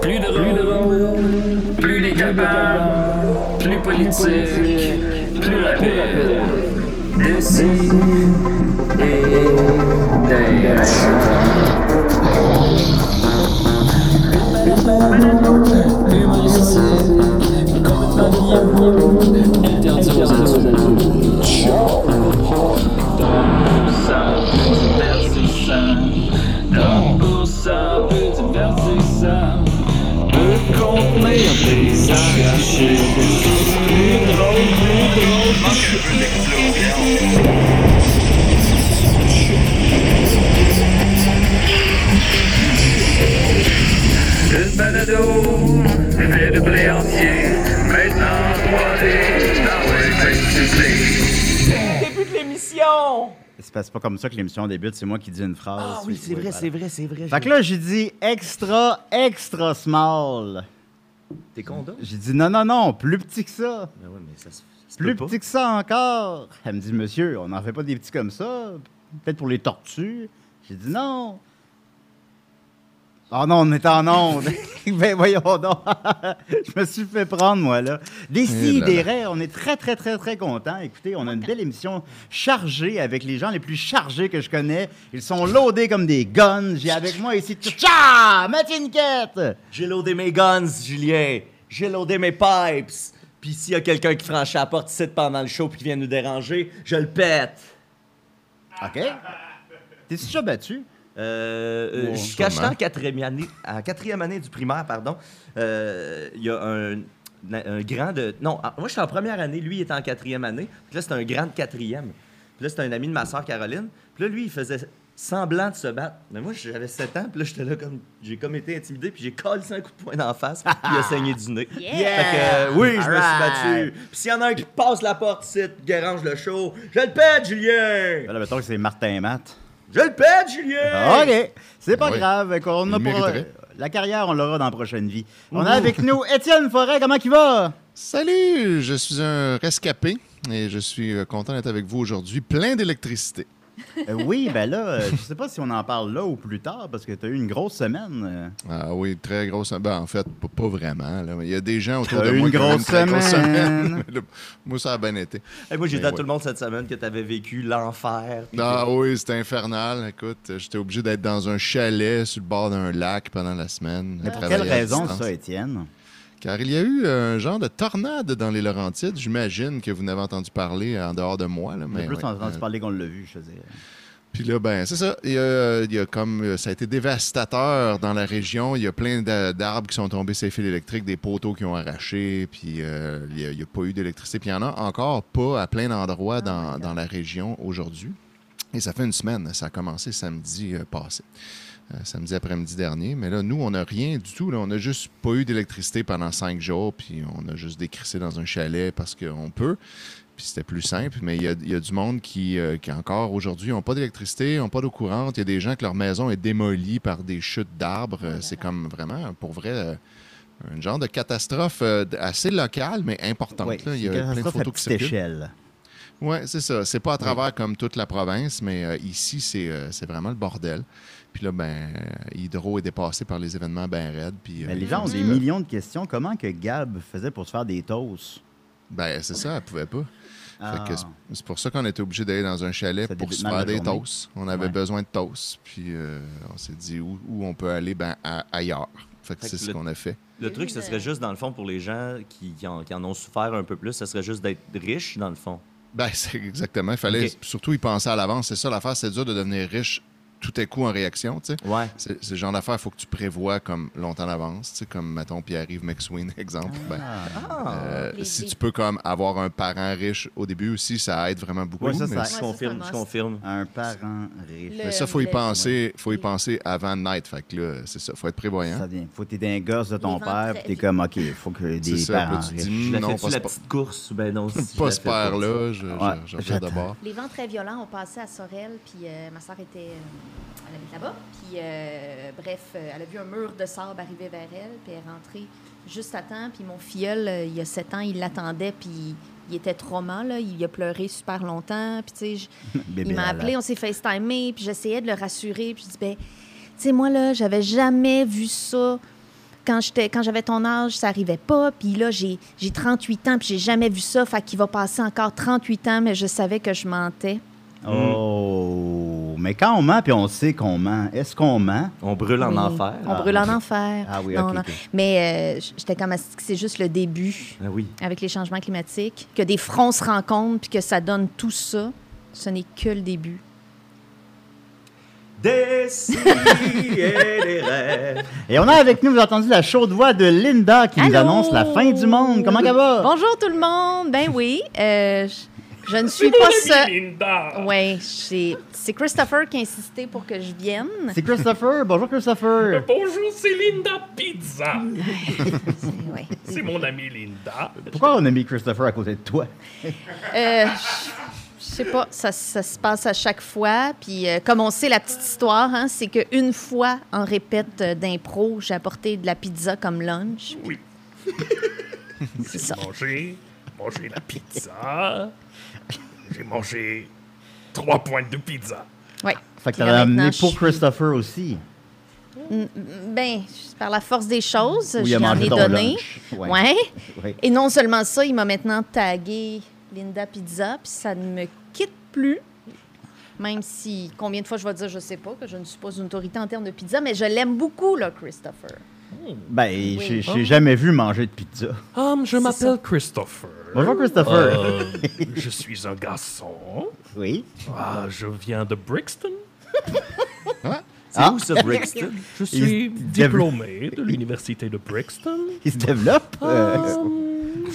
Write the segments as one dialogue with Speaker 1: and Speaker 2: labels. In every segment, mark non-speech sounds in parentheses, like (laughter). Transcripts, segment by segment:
Speaker 1: Plus de rôle, plus décapable, plus politique, plus rapide. D'ici et d'ailleurs. Humoristique, complètement interdit aux adultes. Donc pour ça, peu divertissant, peut contenir des archives. Plus drôle, plus drôle, manque un peu d'explosion. Une balado, fait de blé entier, maintenant 3D, dans les
Speaker 2: Début de l'émission!
Speaker 3: C'est pas, c'est pas comme ça que l'émission débute, c'est moi qui dis une phrase.
Speaker 2: Ah oui, c'est vrai, c'est vrai, c'est vrai.
Speaker 3: Fait que là, j'ai dit extra, extra small.
Speaker 4: T'es condom?
Speaker 3: J'ai dit non, non, non, plus petit que ça.
Speaker 4: Ben oui, mais ça se ça se
Speaker 3: Plus
Speaker 4: peut
Speaker 3: petit que ça encore. Elle me dit, monsieur, on n'en fait pas des petits comme ça. Peut-être pour les tortues. J'ai dit non. Oh non, on est en onde. (laughs) ben voyons donc. (laughs) Je me suis fait prendre, moi, là. Des si,
Speaker 4: Eh là
Speaker 3: des raies, on est très, très, très, très contents. Écoutez, on a une belle émission chargée avec les gens les plus chargés que je connais. Ils sont loadés comme des guns. J'ai avec moi ici, tcha, Mathieu Niquette.
Speaker 2: J'ai loadé mes guns, Julien. J'ai loadé mes pipes. Puis s'il y a quelqu'un qui franchit la porte ici pendant le show puis qui vient nous déranger, je le pète.
Speaker 3: OK? T'es-tu déjà battu?
Speaker 2: Euh, euh,
Speaker 3: Ouais,
Speaker 2: Jusqu'à j'étais en
Speaker 4: sûrement.
Speaker 2: quatrième année, en quatrième année du primaire, pardon, euh, il y a un, un grand de... Non, en- moi, je suis en première année, lui, il est en quatrième année. Puis là, c'est un grand de quatrième. Puis là, c'est un ami de ma soeur Caroline. Puis là, lui, il faisait semblant de se battre. Mais moi, j'avais 7 ans, puis là, j'étais là comme... J'ai comme été intimidé, puis j'ai collé un coup de poing d'en face, puis il a saigné du nez.
Speaker 5: Yeah!
Speaker 2: Fait que, euh, oui, je me suis
Speaker 3: Alright.
Speaker 2: battu. Puis s'il y en a un qui passe la porte, c'est dérange le show, je le pète, Julien!
Speaker 3: Ben Là, mettons que c'est Martin Matt.
Speaker 2: Je le pète, Julien!
Speaker 3: Ah, OK. C'est pas
Speaker 4: Oui.
Speaker 3: grave. qu'on
Speaker 4: Il
Speaker 3: a
Speaker 4: le
Speaker 3: pour-
Speaker 4: mériterait.
Speaker 3: La carrière, on l'aura dans la prochaine vie. On a avec nous Étienne Forêt. Comment il va?
Speaker 6: Salut, je suis un rescapé et je suis euh, content d'être avec vous aujourd'hui, plein d'électricité.
Speaker 3: Euh, oui, ben là, euh, je sais pas si on en parle là ou plus tard parce que t'as eu une grosse semaine. euh.
Speaker 6: Ah oui, très grosse. Ben, en fait, pas, pas vraiment. là. Il y a des gens autour
Speaker 3: T'as
Speaker 6: de
Speaker 3: eu
Speaker 6: moi
Speaker 3: une
Speaker 6: qui ont
Speaker 3: grosse
Speaker 6: très grosse
Speaker 3: semaine.
Speaker 6: semaine. (laughs) Mais là, moi, ça a bien été.
Speaker 2: Hey, moi, j'ai dit
Speaker 6: Ben
Speaker 2: à
Speaker 6: ouais.
Speaker 2: tout le monde cette semaine que tu avais vécu l'enfer. puis
Speaker 6: Ah oui, c'était infernal. Écoute, j'étais obligé d'être dans un chalet sur le bord d'un lac pendant la semaine.
Speaker 3: Mais pour
Speaker 6: travailler
Speaker 3: quelle
Speaker 6: à
Speaker 3: raison
Speaker 6: distance.
Speaker 3: ça, Étienne?
Speaker 6: Car il y a eu un genre de tornade dans les Laurentides. J'imagine que vous n'avez entendu parler en dehors de moi. Là,
Speaker 3: On a
Speaker 6: mais
Speaker 3: plus
Speaker 6: ouais.
Speaker 3: entendu
Speaker 6: Euh,
Speaker 3: parler qu'on l'a vu, je veux dire.
Speaker 6: Puis là, ben, c'est ça. Il y a, il y a comme, euh, ça a été dévastateur dans la région. Il y a plein d'a- d'arbres qui sont tombés sur les fils électriques, des poteaux qui ont arraché, puis euh, il n'y a, pas eu d'électricité. Puis il y en a encore pas à plein d'endroits dans, dans la région aujourd'hui. Et ça fait une semaine. Ça a commencé samedi euh, passé. Euh, samedi après-midi dernier. Mais là, nous, on n'a rien du tout. Là. On n'a juste pas eu d'électricité pendant cinq jours, puis on a juste décrissé dans un chalet parce qu'on peut. Puis c'était plus simple, mais il y a, il y a du monde qui, euh, qui encore aujourd'hui, n'ont pas d'électricité, n'ont pas d'eau courante. Il y a des gens que leur maison est démolie par des chutes d'arbres.
Speaker 3: Oh
Speaker 6: Euh, C'est comme vraiment, pour vrai, euh, un genre de catastrophe euh, d- assez locale, mais importante.
Speaker 3: Oui,
Speaker 6: là. Il y
Speaker 3: c'est une
Speaker 6: a plein de
Speaker 3: catastrophe à
Speaker 6: photos qui
Speaker 3: petite
Speaker 6: circulent.
Speaker 3: échelle.
Speaker 6: Oui, c'est ça. C'est pas à travers comme toute la province, mais euh, ici, c'est euh, c'est vraiment le bordel. Puis là, ben, euh, Hydro est dépassé par les événements ben raides. Puis, euh,
Speaker 3: Mais les gens ont des millions de questions. Comment que Gab faisait pour se faire des toasts?
Speaker 6: Ben, c'est ça, elle pouvait pas.
Speaker 3: Ah.
Speaker 6: Fait que c'est- c'est pour ça qu'on était obligé d'aller dans un chalet
Speaker 3: Ça
Speaker 6: pour
Speaker 3: débute
Speaker 6: se
Speaker 3: mal la
Speaker 6: faire des
Speaker 3: journée.
Speaker 6: toasts. On avait
Speaker 3: Ouais.
Speaker 6: besoin de toasts. Puis euh, on s'est dit où, où on peut aller ben, à- ailleurs. Fait que
Speaker 2: Fait
Speaker 6: c'est
Speaker 2: que
Speaker 6: ce
Speaker 2: le-
Speaker 6: qu'on a fait.
Speaker 2: Le truc, ce serait juste, dans le fond, pour les gens qui, qui en, qui en ont souffert un peu plus, ce serait juste d'être riche, dans le fond.
Speaker 6: Ben, (laughs) c'est exactement. Il fallait
Speaker 2: Ok.
Speaker 6: surtout y penser à l'avance. C'est ça l'affaire, c'est dur de devenir riche tout à coup en réaction, tu sais.
Speaker 2: Ouais.
Speaker 6: C'est c'est le genre d'affaire, faut que tu prévois comme longtemps d'avance, tu sais, comme, mettons, Pierre-Yves McSween, (laughs) exemple. Ben, euh,
Speaker 5: Les-
Speaker 6: si
Speaker 5: les-
Speaker 6: tu peux comme avoir un parent riche au début aussi, ça aide vraiment beaucoup.
Speaker 3: Ouais, ça,
Speaker 6: mais
Speaker 3: ça-
Speaker 2: Je
Speaker 5: ça,
Speaker 2: confirme,
Speaker 5: c'est un
Speaker 2: je
Speaker 5: must.
Speaker 2: confirme.
Speaker 6: Ah.
Speaker 3: Un parent riche. Ben,
Speaker 5: Le-
Speaker 6: Mais ça, faut y
Speaker 5: le-
Speaker 6: penser, faut y penser avant de naître. Fait que là, c'est ça, faut être prévoyant.
Speaker 3: Ça vient. Faut que t'es d'un gosse de ton
Speaker 5: Les
Speaker 3: père, puis t'es
Speaker 5: ventres-
Speaker 3: comme, OK, faut que
Speaker 6: C'est
Speaker 3: des
Speaker 6: ça,
Speaker 3: parents
Speaker 6: puis tu te
Speaker 3: riches.
Speaker 6: dis,
Speaker 2: Je la
Speaker 6: non,
Speaker 2: fais-tu,
Speaker 6: pas
Speaker 2: la
Speaker 6: ce
Speaker 2: petite course? ou
Speaker 6: (laughs)
Speaker 2: Ben non, si
Speaker 6: pa-
Speaker 2: je
Speaker 6: pas
Speaker 2: la
Speaker 6: ce
Speaker 2: fais pas, ça.
Speaker 6: père-là, je,
Speaker 3: Ouais,
Speaker 6: je, je
Speaker 3: j'attends.
Speaker 6: reviens d'abord.
Speaker 5: Les vents très violents ont passé à Sorel, puis euh, ma soeur était. euh, elle habite là-bas. Puis, euh, bref, euh, elle a vu un mur de sable arriver vers elle, puis elle est rentrée juste à temps. Puis mon filleul, euh, il y a 7 ans, il l'attendait, puis il était trauma, là. Il a pleuré super longtemps, puis tu sais, je-
Speaker 3: Bébé
Speaker 5: il m'a
Speaker 3: Lala.
Speaker 5: appelé, on s'est FaceTimé, puis j'essayais de le rassurer, puis je dis, ben, tu sais, moi, là, j'avais jamais vu ça quand j'étais- quand j'avais ton âge, ça arrivait pas. Puis là, j'ai j'ai 38 ans, puis j'ai jamais vu ça. Fait qu'il va passer encore 38 ans, mais je savais que je mentais.
Speaker 6: hmm.
Speaker 3: Oh, mais quand on ment, puis on sait qu'on ment, est-ce qu'on ment?
Speaker 2: On brûle en
Speaker 5: Oui.
Speaker 2: enfer.
Speaker 5: On
Speaker 3: Ah,
Speaker 5: brûle en
Speaker 3: ok.
Speaker 5: enfer.
Speaker 3: Ah oui,
Speaker 5: Non,
Speaker 3: ok,
Speaker 5: non.
Speaker 3: ok.
Speaker 5: Mais euh, j- j'étais comme, Asti que c'est juste le début
Speaker 2: Ah oui.
Speaker 5: avec les changements climatiques, que des fronts se rencontrent, puis que ça donne tout ça. Ce n'est que le début.
Speaker 2: Décidérez.
Speaker 3: Et on a avec nous, vous avez entendu la chaude voix de Linda qui nous
Speaker 5: Allô?
Speaker 3: annonce la fin du monde. Comment ça va?
Speaker 5: Bonjour tout le monde. Ben oui, euh, je, je ne suis pas seule. Oui, c'est c'est Christopher qui a insisté pour que je vienne.
Speaker 3: C'est
Speaker 5: (laughs)
Speaker 3: Christopher. Bonjour, Christopher.
Speaker 7: Bonjour, c'est Linda Pizza.
Speaker 5: C'est- ouais.
Speaker 7: C'est mon amie Linda.
Speaker 3: Pourquoi on a mis Christopher à côté de toi?
Speaker 5: Euh, je- je sais pas, ça, ça se passe à chaque fois. Puis euh, comme on sait, la petite histoire, hein, c'est qu'une fois en répète euh, d'impro, j'ai apporté de la pizza comme lunch.
Speaker 7: Oui.
Speaker 5: C'est ça.
Speaker 7: Manger, manger la pizza. J'ai mangé trois pointes de pizza.
Speaker 5: Ouais.
Speaker 3: Fait que t'as
Speaker 5: Puis là,
Speaker 3: amené
Speaker 5: maintenant,
Speaker 3: pour
Speaker 5: je-
Speaker 3: Christopher aussi.
Speaker 5: Ben, par la force des choses,
Speaker 3: Oui,
Speaker 5: je
Speaker 3: il a
Speaker 5: lui en
Speaker 3: mangé
Speaker 5: ai
Speaker 3: ton
Speaker 5: donné.
Speaker 3: lunch. (laughs) Ouais.
Speaker 5: Ouais.
Speaker 3: Oui.
Speaker 5: Et non seulement ça, il m'a maintenant tagué Linda Pizza, puis ça ne me quitte plus. Même si, combien de fois je vais dire, je sais pas, que je ne suis pas une autorité en termes de pizza, mais je l'aime beaucoup, là, Christopher.
Speaker 3: Ben, j'ai-
Speaker 5: Oh.
Speaker 3: j'ai jamais vu manger de pizza.
Speaker 7: je m'appelle Christopher.
Speaker 3: Bonjour, Christopher.
Speaker 2: Oh.
Speaker 7: Euh, je suis un garçon.
Speaker 3: Oui.
Speaker 7: Ah, je viens de Brixton.
Speaker 2: C'est
Speaker 6: Ah.
Speaker 2: où ça, Brixton?
Speaker 7: Je suis
Speaker 3: Il-
Speaker 7: diplômé de l'université de Brixton.
Speaker 3: Il se développe. euh,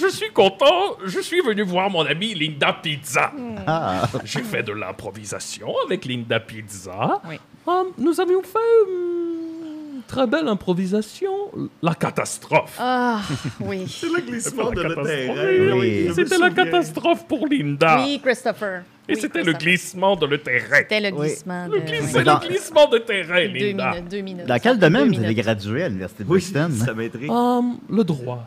Speaker 7: Je suis content, je suis venu voir mon amie Linda Pizza.
Speaker 3: Ah.
Speaker 7: J'ai fait de l'improvisation avec Linda Pizza.
Speaker 5: Oui.
Speaker 7: Ah, nous avions fait hum, une très belle improvisation. La catastrophe.
Speaker 5: Ah, (laughs) oui.
Speaker 7: C'était la catastrophe.
Speaker 3: Oui, oui, je me
Speaker 7: C'était la catastrophe pour Linda.
Speaker 5: Oui, Christopher.
Speaker 7: Ah. Et
Speaker 5: Oui,
Speaker 7: c'était le
Speaker 5: Christopher.
Speaker 7: glissement de le terrain.
Speaker 5: C'était le
Speaker 3: Oui.
Speaker 5: glissement.
Speaker 7: Le
Speaker 5: de-
Speaker 7: glisse-
Speaker 5: oui.
Speaker 7: c'est
Speaker 3: Dans-
Speaker 7: le glissement de terrain,
Speaker 5: Deux
Speaker 7: Linda.
Speaker 5: minutes, deux minutes.
Speaker 3: Dans quel
Speaker 5: Oh. Ça fait
Speaker 3: domaine
Speaker 5: deux
Speaker 3: vous avez
Speaker 5: minutes.
Speaker 3: gradué à l'Université de
Speaker 2: Oui,
Speaker 3: Boston?
Speaker 2: ça m'intrigue.
Speaker 6: Oh.
Speaker 7: Hum, le droit.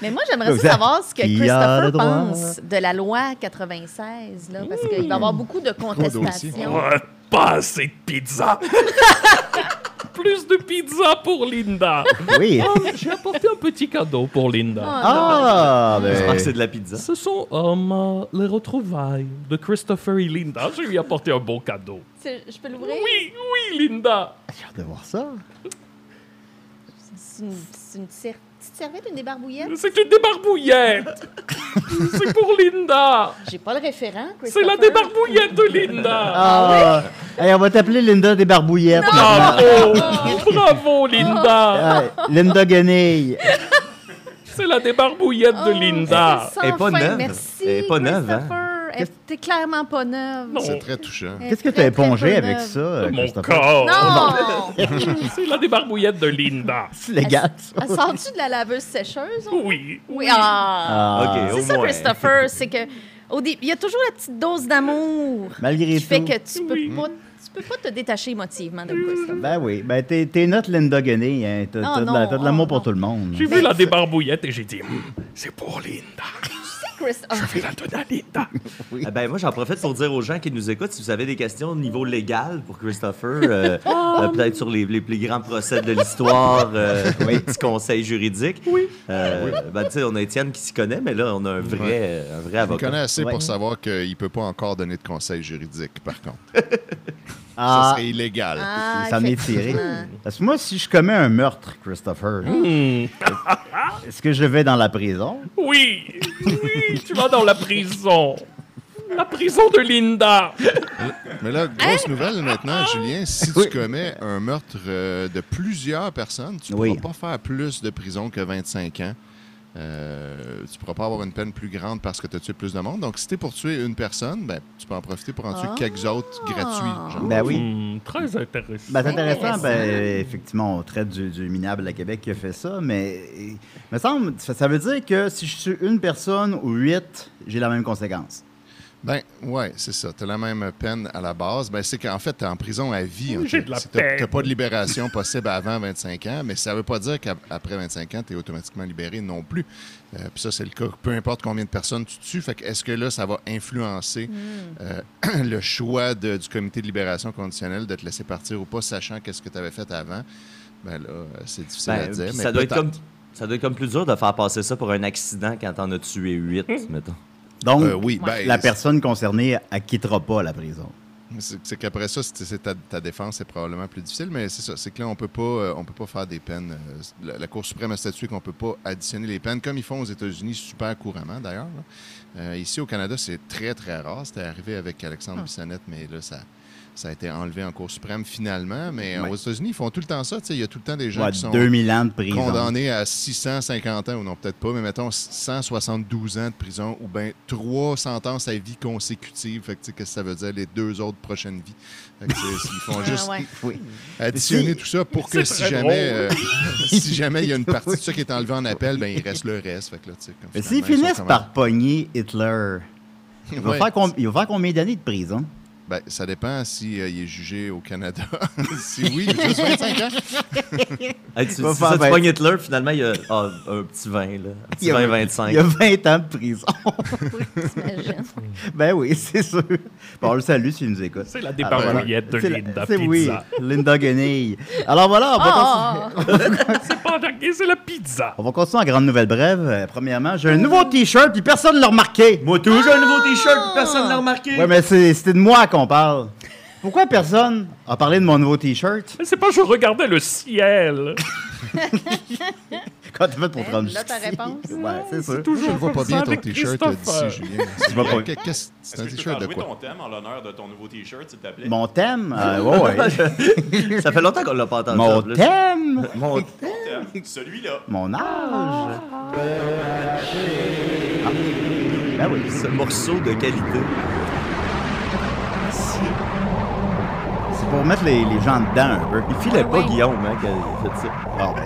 Speaker 5: Mais moi, j'aimerais
Speaker 3: Vous avez-
Speaker 5: ça savoir ce que
Speaker 3: Il y a le
Speaker 5: Christopher
Speaker 3: droit.
Speaker 5: pense de la loi 96, là, parce qu'il va y
Speaker 3: Hmm.
Speaker 5: avoir beaucoup de contestations.
Speaker 7: Ouais, pas assez de
Speaker 5: (laughs)
Speaker 7: pizza. Plus de pizza pour Linda.
Speaker 3: Oui.
Speaker 7: Hum, J'ai apporté un petit cadeau pour Linda.
Speaker 3: Ah,
Speaker 2: J'espère
Speaker 6: Euh.
Speaker 2: que
Speaker 3: ben.
Speaker 2: c'est de la pizza.
Speaker 7: Ce sont euh, les retrouvailles de Christopher et Linda. Je lui ai apporté un beau cadeau.
Speaker 5: C'est- Je peux l'ouvrir?
Speaker 7: Oui, oui, Linda.
Speaker 3: J'ai hâte de voir ça.
Speaker 5: C'est une, c'est une ser- petite serviette, une débarbouillette?
Speaker 7: C'est une débarbouillette. C'est pour Linda.
Speaker 5: J'ai pas le référent,
Speaker 7: C'est la
Speaker 5: Christopher.
Speaker 7: débarbouillette de Linda.
Speaker 3: Ah, hey, on va t'appeler Linda des Barbouillettes.
Speaker 7: Bravo. Ah, oh, Bravo, Linda.
Speaker 3: Ah, Linda Guenille.
Speaker 7: C'est la débarbouillette de Linda.
Speaker 5: C'est
Speaker 2: Elle est pas
Speaker 5: sans fin,
Speaker 2: neuve.
Speaker 5: Merci,
Speaker 2: Elle est pas neuve, hein?
Speaker 5: Christopher. Elle- T'es clairement pas neuve.
Speaker 7: Non.
Speaker 6: C'est très touchant.
Speaker 5: Elle est
Speaker 3: Qu'est-ce que
Speaker 5: très,
Speaker 3: t'as
Speaker 5: très
Speaker 3: épongé
Speaker 5: peu
Speaker 3: avec
Speaker 5: neuve.
Speaker 3: ça, euh,
Speaker 7: Mon
Speaker 3: Christopher?
Speaker 7: corps.
Speaker 5: Non!
Speaker 3: (laughs)
Speaker 7: C'est la débarbouillette de Linda.
Speaker 3: C'est légal. ça.
Speaker 5: Elle Sors-tu de la laveuse sécheuse? ou-
Speaker 7: Oui.
Speaker 5: Oui. Ah!
Speaker 3: Ah,
Speaker 2: Ok,
Speaker 5: C'est
Speaker 2: au
Speaker 5: ça,
Speaker 2: moins.
Speaker 5: Christopher, c'est que au dé- il y a toujours la petite dose d'amour
Speaker 3: Malgré
Speaker 5: qui fait
Speaker 3: tout.
Speaker 5: que tu peux
Speaker 7: Oui.
Speaker 5: pas tu peux pas te détacher émotivement de Christopher.
Speaker 3: Ben oui, ben t'es, t'es notre Linda Guenille. Hein. T'as,
Speaker 5: Ah,
Speaker 3: t'as de la-
Speaker 5: non,
Speaker 3: t'as de
Speaker 5: ah,
Speaker 3: l'amour pour
Speaker 5: non.
Speaker 3: tout le monde.
Speaker 7: J'ai vu la débarbouillette et j'ai dit, Hum, c'est pour Linda.
Speaker 5: Christ-
Speaker 7: Je
Speaker 5: Ah,
Speaker 7: vais la donner à Linda.
Speaker 2: Ah ben, moi, j'en profite pour dire aux gens qui nous écoutent, si vous avez des questions au niveau légal pour Christopher, euh, euh, peut-être sur les, les plus grands procès de l'histoire, euh, les petits conseils juridiques. Oui. ben, tu sais, on a Étienne qui s'y connaît, mais là, on a un vrai, euh, un vrai
Speaker 6: Je le
Speaker 2: avocat.
Speaker 6: connais assez
Speaker 3: Ouais.
Speaker 6: pour savoir qu'il ne peut pas encore donner de conseils juridiques, par contre. Ça
Speaker 3: Ah,
Speaker 6: serait illégal.
Speaker 5: ah,
Speaker 3: il s'en est tiré. Parce que moi, si je commets un meurtre, Christopher,
Speaker 6: Hein?
Speaker 7: Hmm.
Speaker 3: est-ce que je vais dans la prison?
Speaker 7: Oui, oui, tu vas dans la prison. La prison de Linda.
Speaker 6: Ah Mais là, grosse nouvelle maintenant, Julien, si tu commets un meurtre euh, de plusieurs personnes, tu ne
Speaker 3: Oui.
Speaker 6: pourras pas faire plus de prison que 25 ans. Euh, tu ne pourras pas avoir une peine plus grande parce que tu as tué plus de monde. Donc, si tu es pour tuer une personne, ben, tu peux en profiter pour en tuer
Speaker 5: Ah.
Speaker 6: quelques autres gratuits. genre.
Speaker 3: Ben oui.
Speaker 7: Hmm, très intéressant.
Speaker 3: Ben,
Speaker 6: Bah,
Speaker 3: c'est intéressant.
Speaker 5: Intéressant.
Speaker 3: Ben, effectivement, on traite du, du minable à Québec qui a fait ça, mais il me semble, ça, ça veut dire que si je suis une personne ou huit, j'ai la même conséquence.
Speaker 6: Ben, ouais, c'est ça. Tu as la même peine à la base. Ben, c'est qu'en fait, tu es en prison à vie. en
Speaker 7: Oui, j'ai
Speaker 6: fait.
Speaker 7: de la
Speaker 6: C'est- t'as-
Speaker 7: peine.
Speaker 6: t'as pas de libération possible avant 25 ans, mais ça veut pas dire qu'après 25 ans, tu es automatiquement libéré non plus. Euh, Puis ça, c'est le cas. Peu importe combien de personnes tu tues, fait que est-ce que là, ça va influencer euh, (clears throat) le choix de- du comité de libération conditionnelle de te laisser partir ou pas, sachant qu'est-ce que tu avais fait avant? Ben là, euh, c'est difficile à
Speaker 2: Ben,
Speaker 6: dire.
Speaker 2: puis
Speaker 6: mais
Speaker 2: ça, doit être
Speaker 6: peut-être.
Speaker 2: comme, ça doit être comme plus dur de faire passer ça pour un accident quand t'en as tué 8, mettons.
Speaker 3: Donc,
Speaker 6: Euh, oui, ben,
Speaker 3: la
Speaker 6: c'est-
Speaker 3: personne concernée, elle quittera pas la prison.
Speaker 6: C'est c'est qu'après ça, c'est- c'est ta, ta défense, c'est probablement plus difficile, mais c'est ça. C'est que là, on peut pas, euh, on peut pas faire des peines. euh, La, la Cour suprême a statué qu'on peut pas additionner les peines, comme ils font aux États-Unis super couramment, d'ailleurs. là. Euh, ici, au Canada, c'est très, très rare. C'était arrivé avec Alexandre Bissonnette, mais là, ça, ça a été enlevé en Cour suprême finalement. Mais euh,
Speaker 3: Ouais.
Speaker 6: aux États-Unis, ils font tout le temps ça. tu sais. Il y a tout le temps des gens
Speaker 3: Ouais,
Speaker 6: qui sont
Speaker 3: 2000 ans de prison.
Speaker 6: condamnés à 650 ans, ou non, peut-être pas, mais mettons 172 ans de prison, ou bien trois sentences à vie consécutive. Fait que, tu sais, qu'est-ce que ça veut dire, les deux autres prochaines vies? Fait que, tu sais, ils font juste
Speaker 5: Ah, ouais.
Speaker 3: (laughs) Oui.
Speaker 6: additionner
Speaker 3: Si-
Speaker 6: tout ça pour que
Speaker 7: C'est
Speaker 6: si
Speaker 7: très
Speaker 6: jamais,
Speaker 7: drôle.
Speaker 6: euh, (laughs) si jamais il y a une partie de ça qui est enlevée en appel, ben il reste le reste. Fait que là, tu sais, comme
Speaker 3: Mais
Speaker 6: finalement,
Speaker 3: s'ils
Speaker 6: ils sont
Speaker 3: finissent
Speaker 6: comme-
Speaker 3: par pogner Hitler, il va,
Speaker 6: Ouais.
Speaker 3: faire com- il va faire combien d'années de prison?
Speaker 6: Ben, ça dépend si euh, il est jugé au Canada. (laughs) si oui, il a juste 25 ans.
Speaker 2: Hey, tu, si
Speaker 3: Va
Speaker 2: ça,
Speaker 3: faire
Speaker 2: tu
Speaker 3: vingt-
Speaker 2: pognes Hitler, finalement, il y a ah, un petit 20, là. Un petit 20, 25.
Speaker 3: il y a 20 ans de prison.
Speaker 5: T'imagines?
Speaker 3: ben oui, c'est sûr. Bon, on le salue s'il nous écoute.
Speaker 7: C'est la
Speaker 3: Voilà.
Speaker 7: débarrouillette de
Speaker 3: C'est la-
Speaker 7: Linda
Speaker 3: c'est-
Speaker 7: Pizza.
Speaker 3: Oui, Linda Guenille. Alors voilà, on va, continuer-
Speaker 5: Ah, ah, ah.
Speaker 7: C'est pas Jackie, c'est la pizza.
Speaker 3: on va continuer en grande nouvelle brève. Euh, premièrement, j'ai un nouveau T-shirt puis personne ne l'a remarqué.
Speaker 2: Moi, toujours un nouveau t-shirt, personne n'a remarqué.
Speaker 3: Ouais, mais c'est c'est de moi qu'on parle. Pourquoi personne a parlé de mon nouveau T-shirt?
Speaker 7: Mais C'est pas je regardais le ciel.
Speaker 3: Quand t'as fait pour
Speaker 5: Hein,
Speaker 3: te rendre
Speaker 5: là, ta
Speaker 3: jusqu'ici?
Speaker 5: réponse?
Speaker 3: Ouais, c'est sûr.
Speaker 6: Je
Speaker 7: Toujours
Speaker 6: ne vois pas
Speaker 7: comme
Speaker 6: bien
Speaker 7: ça
Speaker 6: ton
Speaker 7: avec
Speaker 6: t-shirt euh,
Speaker 7: Christopher.
Speaker 6: d'ici, (laughs) Julien.
Speaker 3: vois pas.
Speaker 6: Qu'est- qu'est-ce- C'est
Speaker 8: Est-ce
Speaker 6: un
Speaker 8: que je peux
Speaker 6: t-shirt de
Speaker 8: jouer
Speaker 6: quoi?
Speaker 8: ton thème en l'honneur de ton nouveau t-shirt, s'il te plaît?
Speaker 3: Mon thème? euh, ouais, ouais.
Speaker 2: Ça fait longtemps qu'on l'a pas entendu. en
Speaker 3: Mon
Speaker 2: plus.
Speaker 3: thème?
Speaker 2: Mon-
Speaker 8: thème. Euh, Celui-là.
Speaker 3: Mon âge? Ah, Ben oui.
Speaker 2: ce morceau de qualité.
Speaker 3: C'est pour mettre les, les gens dedans un peu.
Speaker 2: Il filait pas Guillaume, hein, qu'il a fait ça.
Speaker 3: Ah, ben,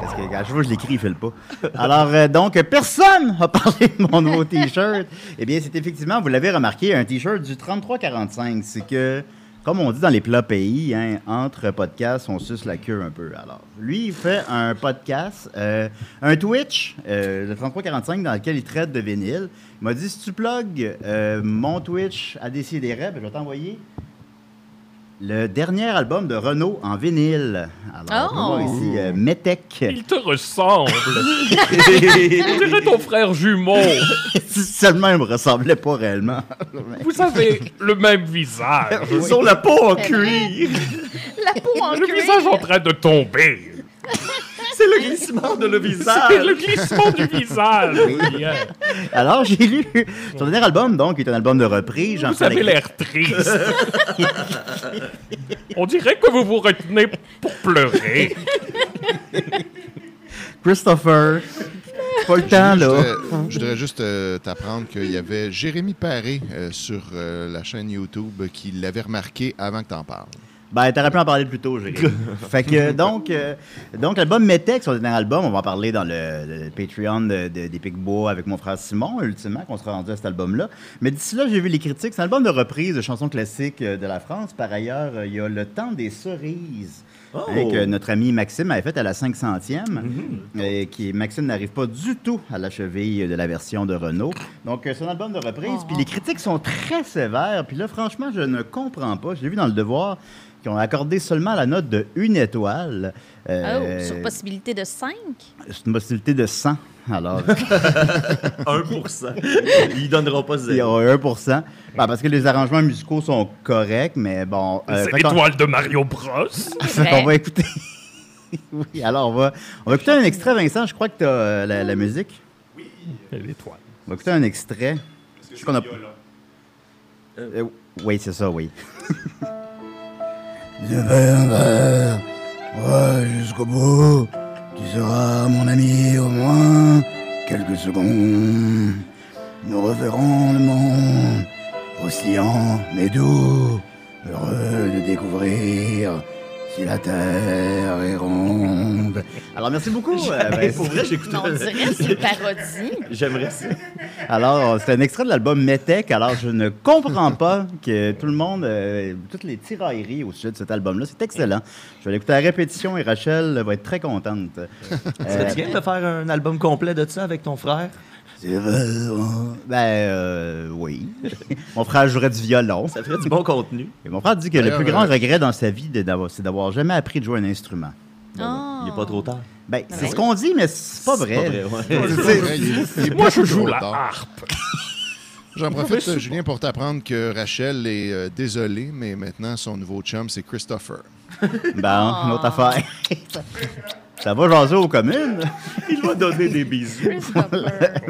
Speaker 3: parce que quand je vois, je l'écris, il file pas. Alors, euh, donc, personne n'a parlé de mon nouveau T-shirt. Eh bien, c'est effectivement, vous l'avez remarqué, un T-shirt du 33-45. C'est que, comme on dit dans les plats pays, hein, entre podcasts, on suce la queue un peu. Alors, lui, il fait un podcast, euh, un Twitch, euh, le 33-45, dans lequel il traite de vinyle. Il m'a dit, si tu plugs euh, mon Twitch à Décideret, ben, je vais t'envoyer... Le dernier album de Renault en vinyle. Alors,
Speaker 5: Oh!
Speaker 3: on va ici euh, Metec. (laughs)
Speaker 7: Il
Speaker 6: (laughs)
Speaker 7: te ressemble. On dirait ton frère jumeau.
Speaker 3: Seulement, il me ressemblait pas réellement. (laughs)
Speaker 7: Vous avez le
Speaker 6: (laughs)
Speaker 7: même visage.
Speaker 2: Ils ont la peau en
Speaker 5: C'est
Speaker 2: cuir.
Speaker 5: La peau en
Speaker 7: Le
Speaker 5: cuir.
Speaker 7: visage en train de tomber.
Speaker 2: C'est le glissement de le
Speaker 6: Ah.
Speaker 7: C'est
Speaker 2: visage.
Speaker 7: le glissement du visage. Julien.
Speaker 3: Alors, j'ai lu son dernier album, donc, qui est un album de reprise.
Speaker 7: Vous avez l'air triste. (laughs) On dirait que vous vous retenez pour pleurer.
Speaker 3: Christopher.
Speaker 7: (laughs)
Speaker 3: Pas le temps,
Speaker 6: Je
Speaker 3: là.
Speaker 6: voudrais- je voudrais juste euh, t'apprendre qu'il y avait Jérémy Paré euh, sur euh, la chaîne YouTube qui l'avait remarqué avant que t'en parles.
Speaker 3: Ben, t'aurais pu en parler plus tôt,
Speaker 7: (laughs)
Speaker 3: Jérémy. fait que, donc, euh, donc l'album Metex, son dernier album, on va en parler dans le, le Patreon de, de- des Picbois avec mon frère Simon, ultimement, qu'on sera rendu à cet album-là. Mais d'ici là, j'ai vu les critiques. C'est un album de reprise de chansons classiques euh, de la France. Par ailleurs, euh, il y a Le Temps des Cerises. hein, que notre ami Maxime avait fait à la 500e, et qui Maxime n'arrive pas du tout à la cheville de la version de Renault. Donc, euh, c'est un album de reprise,
Speaker 5: Oh,
Speaker 3: puis les critiques sont très sévères. Puis là, franchement, je ne comprends pas. Je l'ai vu dans Le Devoir, qui ont accordé seulement la note de une étoile. Euh,
Speaker 5: Oh, sur possibilité de 5?
Speaker 3: (laughs) c'est une possibilité de 100. Alors,
Speaker 2: 1%. Ils donneront pas
Speaker 3: il y
Speaker 2: zéro.
Speaker 3: aura 1 Ben, Parce que les arrangements musicaux sont corrects, mais bon. euh,
Speaker 7: C'est
Speaker 3: fait qu'on-
Speaker 7: l'étoile de Mario Bros.
Speaker 3: (laughs) Fait qu'on va écouter. (laughs) oui, alors on va, on va écouter un extrait, Vincent. Je crois que tu as la,
Speaker 5: Mmh.
Speaker 3: la musique.
Speaker 7: L'étoile.
Speaker 3: On va écouter un extrait.
Speaker 8: Est-ce que
Speaker 3: Je
Speaker 8: c'est
Speaker 3: qu'on a-
Speaker 8: violent?
Speaker 3: Euh, oui, c'est ça,
Speaker 9: (laughs)
Speaker 3: oui.
Speaker 9: jusqu'au bout, tu seras mon ami au moins quelques secondes. Nous reverrons le monde, oscillant mais doux, heureux de découvrir si la terre est ronde.
Speaker 3: Alors merci beaucoup. euh,
Speaker 2: Hey,
Speaker 3: Vincent.
Speaker 2: pour vrai, j'écoute.
Speaker 5: Non, on dirait que c'est une parodie.
Speaker 2: J'aimerais ça.
Speaker 3: (laughs) Alors, euh, c'est un extrait de l'album Metec. Alors, je ne comprends pas que tout le monde, euh, toutes les tirailleries au sujet de cet album-là, c'est excellent. Je vais l'écouter à répétition et Rachel va être très contente. Euh,
Speaker 2: Tu viens de faire un album complet de ça avec ton frère?
Speaker 9: C'est vrai.
Speaker 3: ben, euh, oui. Mon frère jouerait du violon.
Speaker 2: Ça ferait du bon contenu.
Speaker 3: Et mon frère dit que le
Speaker 6: D'ailleurs,
Speaker 3: plus grand
Speaker 6: euh,
Speaker 3: regret dans sa vie, de d'avoir- c'est d'avoir jamais appris de jouer un instrument.
Speaker 5: Ah,
Speaker 2: c'est pas trop tard.
Speaker 3: Ben, c'est
Speaker 5: Ouais.
Speaker 3: ce qu'on dit, mais c'est pas
Speaker 2: pas
Speaker 3: vrai.
Speaker 2: vrai, ouais.
Speaker 3: C'est-
Speaker 6: Ouais, il est- il est
Speaker 7: Moi,
Speaker 6: pas
Speaker 7: je
Speaker 6: trop
Speaker 7: joue la
Speaker 6: tard.
Speaker 7: harpe.
Speaker 6: (laughs) J'en
Speaker 7: Mais
Speaker 6: profite,
Speaker 7: c'est
Speaker 6: euh, Julien, pour t'apprendre que Rachel est euh, désolée, mais maintenant son nouveau chum, c'est Christopher.
Speaker 3: Bon, une autre affaire.
Speaker 2: Oh.
Speaker 3: Ça va jaser aux communes.
Speaker 2: Il va donner des bisous.
Speaker 3: (laughs)
Speaker 5: Christopher.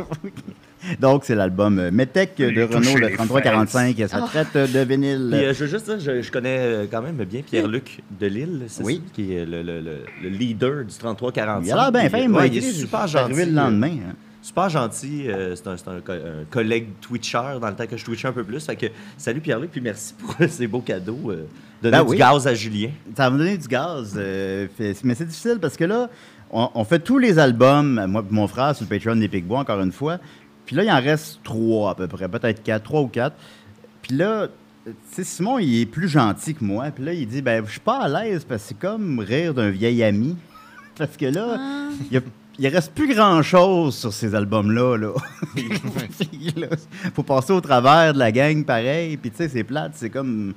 Speaker 3: Donc, c'est l'album euh, Metec de
Speaker 7: Lui,
Speaker 3: Renault,
Speaker 7: toucher
Speaker 3: le
Speaker 7: les
Speaker 3: 3345, et sa
Speaker 5: Oh.
Speaker 3: traite de
Speaker 2: Puis,
Speaker 3: vinyle.
Speaker 2: euh, je veux juste dire, je, je connais euh, quand même bien Pierre-Luc Delille, c'est
Speaker 3: Oui.
Speaker 2: ça, qui est le, le- le- le leader du 3345.
Speaker 3: Il a l'air bien fait,
Speaker 2: ouais,
Speaker 3: mais
Speaker 2: il est super
Speaker 3: je suis
Speaker 2: gentil. euh,
Speaker 3: arrivé le lendemain. hein.
Speaker 2: Super gentil. euh, c'est un, c'est un co- un collègue Twitcher dans le temps que je twitchais un peu plus. Fait que salut Pierre-Luc, puis merci pour (laughs) ces beaux cadeaux. euh, donner
Speaker 3: Ben
Speaker 2: du
Speaker 3: oui.
Speaker 2: gaz à Julien.
Speaker 3: Ça va me donner du gaz. euh, fait- mais c'est difficile parce que là, on, on fait tous les albums, moi et mon frère, sur le Patreon des Picbois, encore une fois. Puis là, il en reste trois à peu près, peut-être quatre, trois ou quatre. Puis là, tu sais, Simon, il est plus gentil que moi. Puis là, il dit, ben, je suis pas à l'aise parce que c'est comme rire d'un vieil ami. (laughs) Parce que là, il, y a- il reste plus grand-chose sur ces albums-là. Là. (laughs) Là, Faut passer au travers de la gang pareil. Puis tu sais, c'est plate, c'est comme...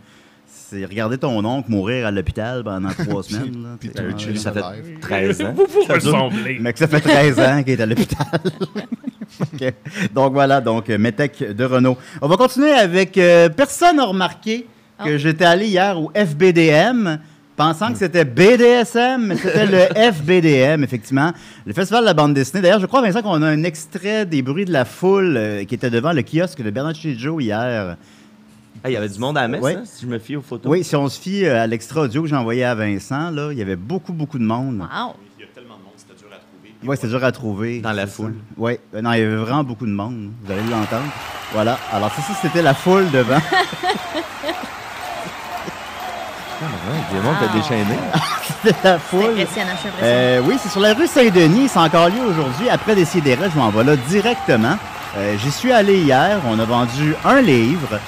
Speaker 3: C'est regarder ton oncle mourir à l'hôpital pendant trois semaines. là,
Speaker 6: (laughs) Puis
Speaker 3: tu sais.
Speaker 6: t'as un
Speaker 3: Ouais.
Speaker 6: chili
Speaker 2: Euh, Ça fait
Speaker 6: Euh, live.
Speaker 2: 13 ans.
Speaker 7: (laughs) Vous vous
Speaker 2: Ça dure-
Speaker 7: ressemblez.
Speaker 3: Mais que ça fait 13 ans qu'il est à l'hôpital. (laughs) Ok. Donc voilà, donc euh, Métec de Renault. On va continuer avec euh, Personne n'a remarqué que
Speaker 5: Ah.
Speaker 3: j'étais allé hier au FBDM. Pensant que c'était BDSM, mais c'était le FBDM, effectivement. Le Festival de la bande dessinée. D'ailleurs, je crois, Vincent, qu'on a un extrait des bruits de la foule euh, qui était devant le kiosque de Bernard Joe hier.
Speaker 2: Ah, il y avait du monde à la messe,
Speaker 3: Ouais.
Speaker 2: hein, si je me fie aux photos.
Speaker 3: Oui, si on se fie euh, à l'extra audio que j'ai envoyé à Vincent, là, il y avait beaucoup, beaucoup de monde.
Speaker 5: Wow.
Speaker 8: Il y a tellement de monde, c'était dur à trouver.
Speaker 3: Oui, c'est dur à trouver.
Speaker 2: Dans la
Speaker 3: C'est
Speaker 2: foule.
Speaker 3: ça. Oui, Euh, non, il y avait vraiment beaucoup de monde. Vous allez l'entendre. Voilà. Alors, ça, ça, c'était la foule devant. (laughs)
Speaker 2: Le monde
Speaker 7: Ah.
Speaker 2: était
Speaker 5: Wow.
Speaker 2: déchaîné.
Speaker 3: c'était la foule.
Speaker 5: Impressionnant, je suis impressionnée.
Speaker 3: Euh, oui, c'est sur la rue Saint-Denis. C'est encore lieu aujourd'hui. Après Décideret, je m'en vais là directement. Euh, J'y suis allé hier. On a vendu un livre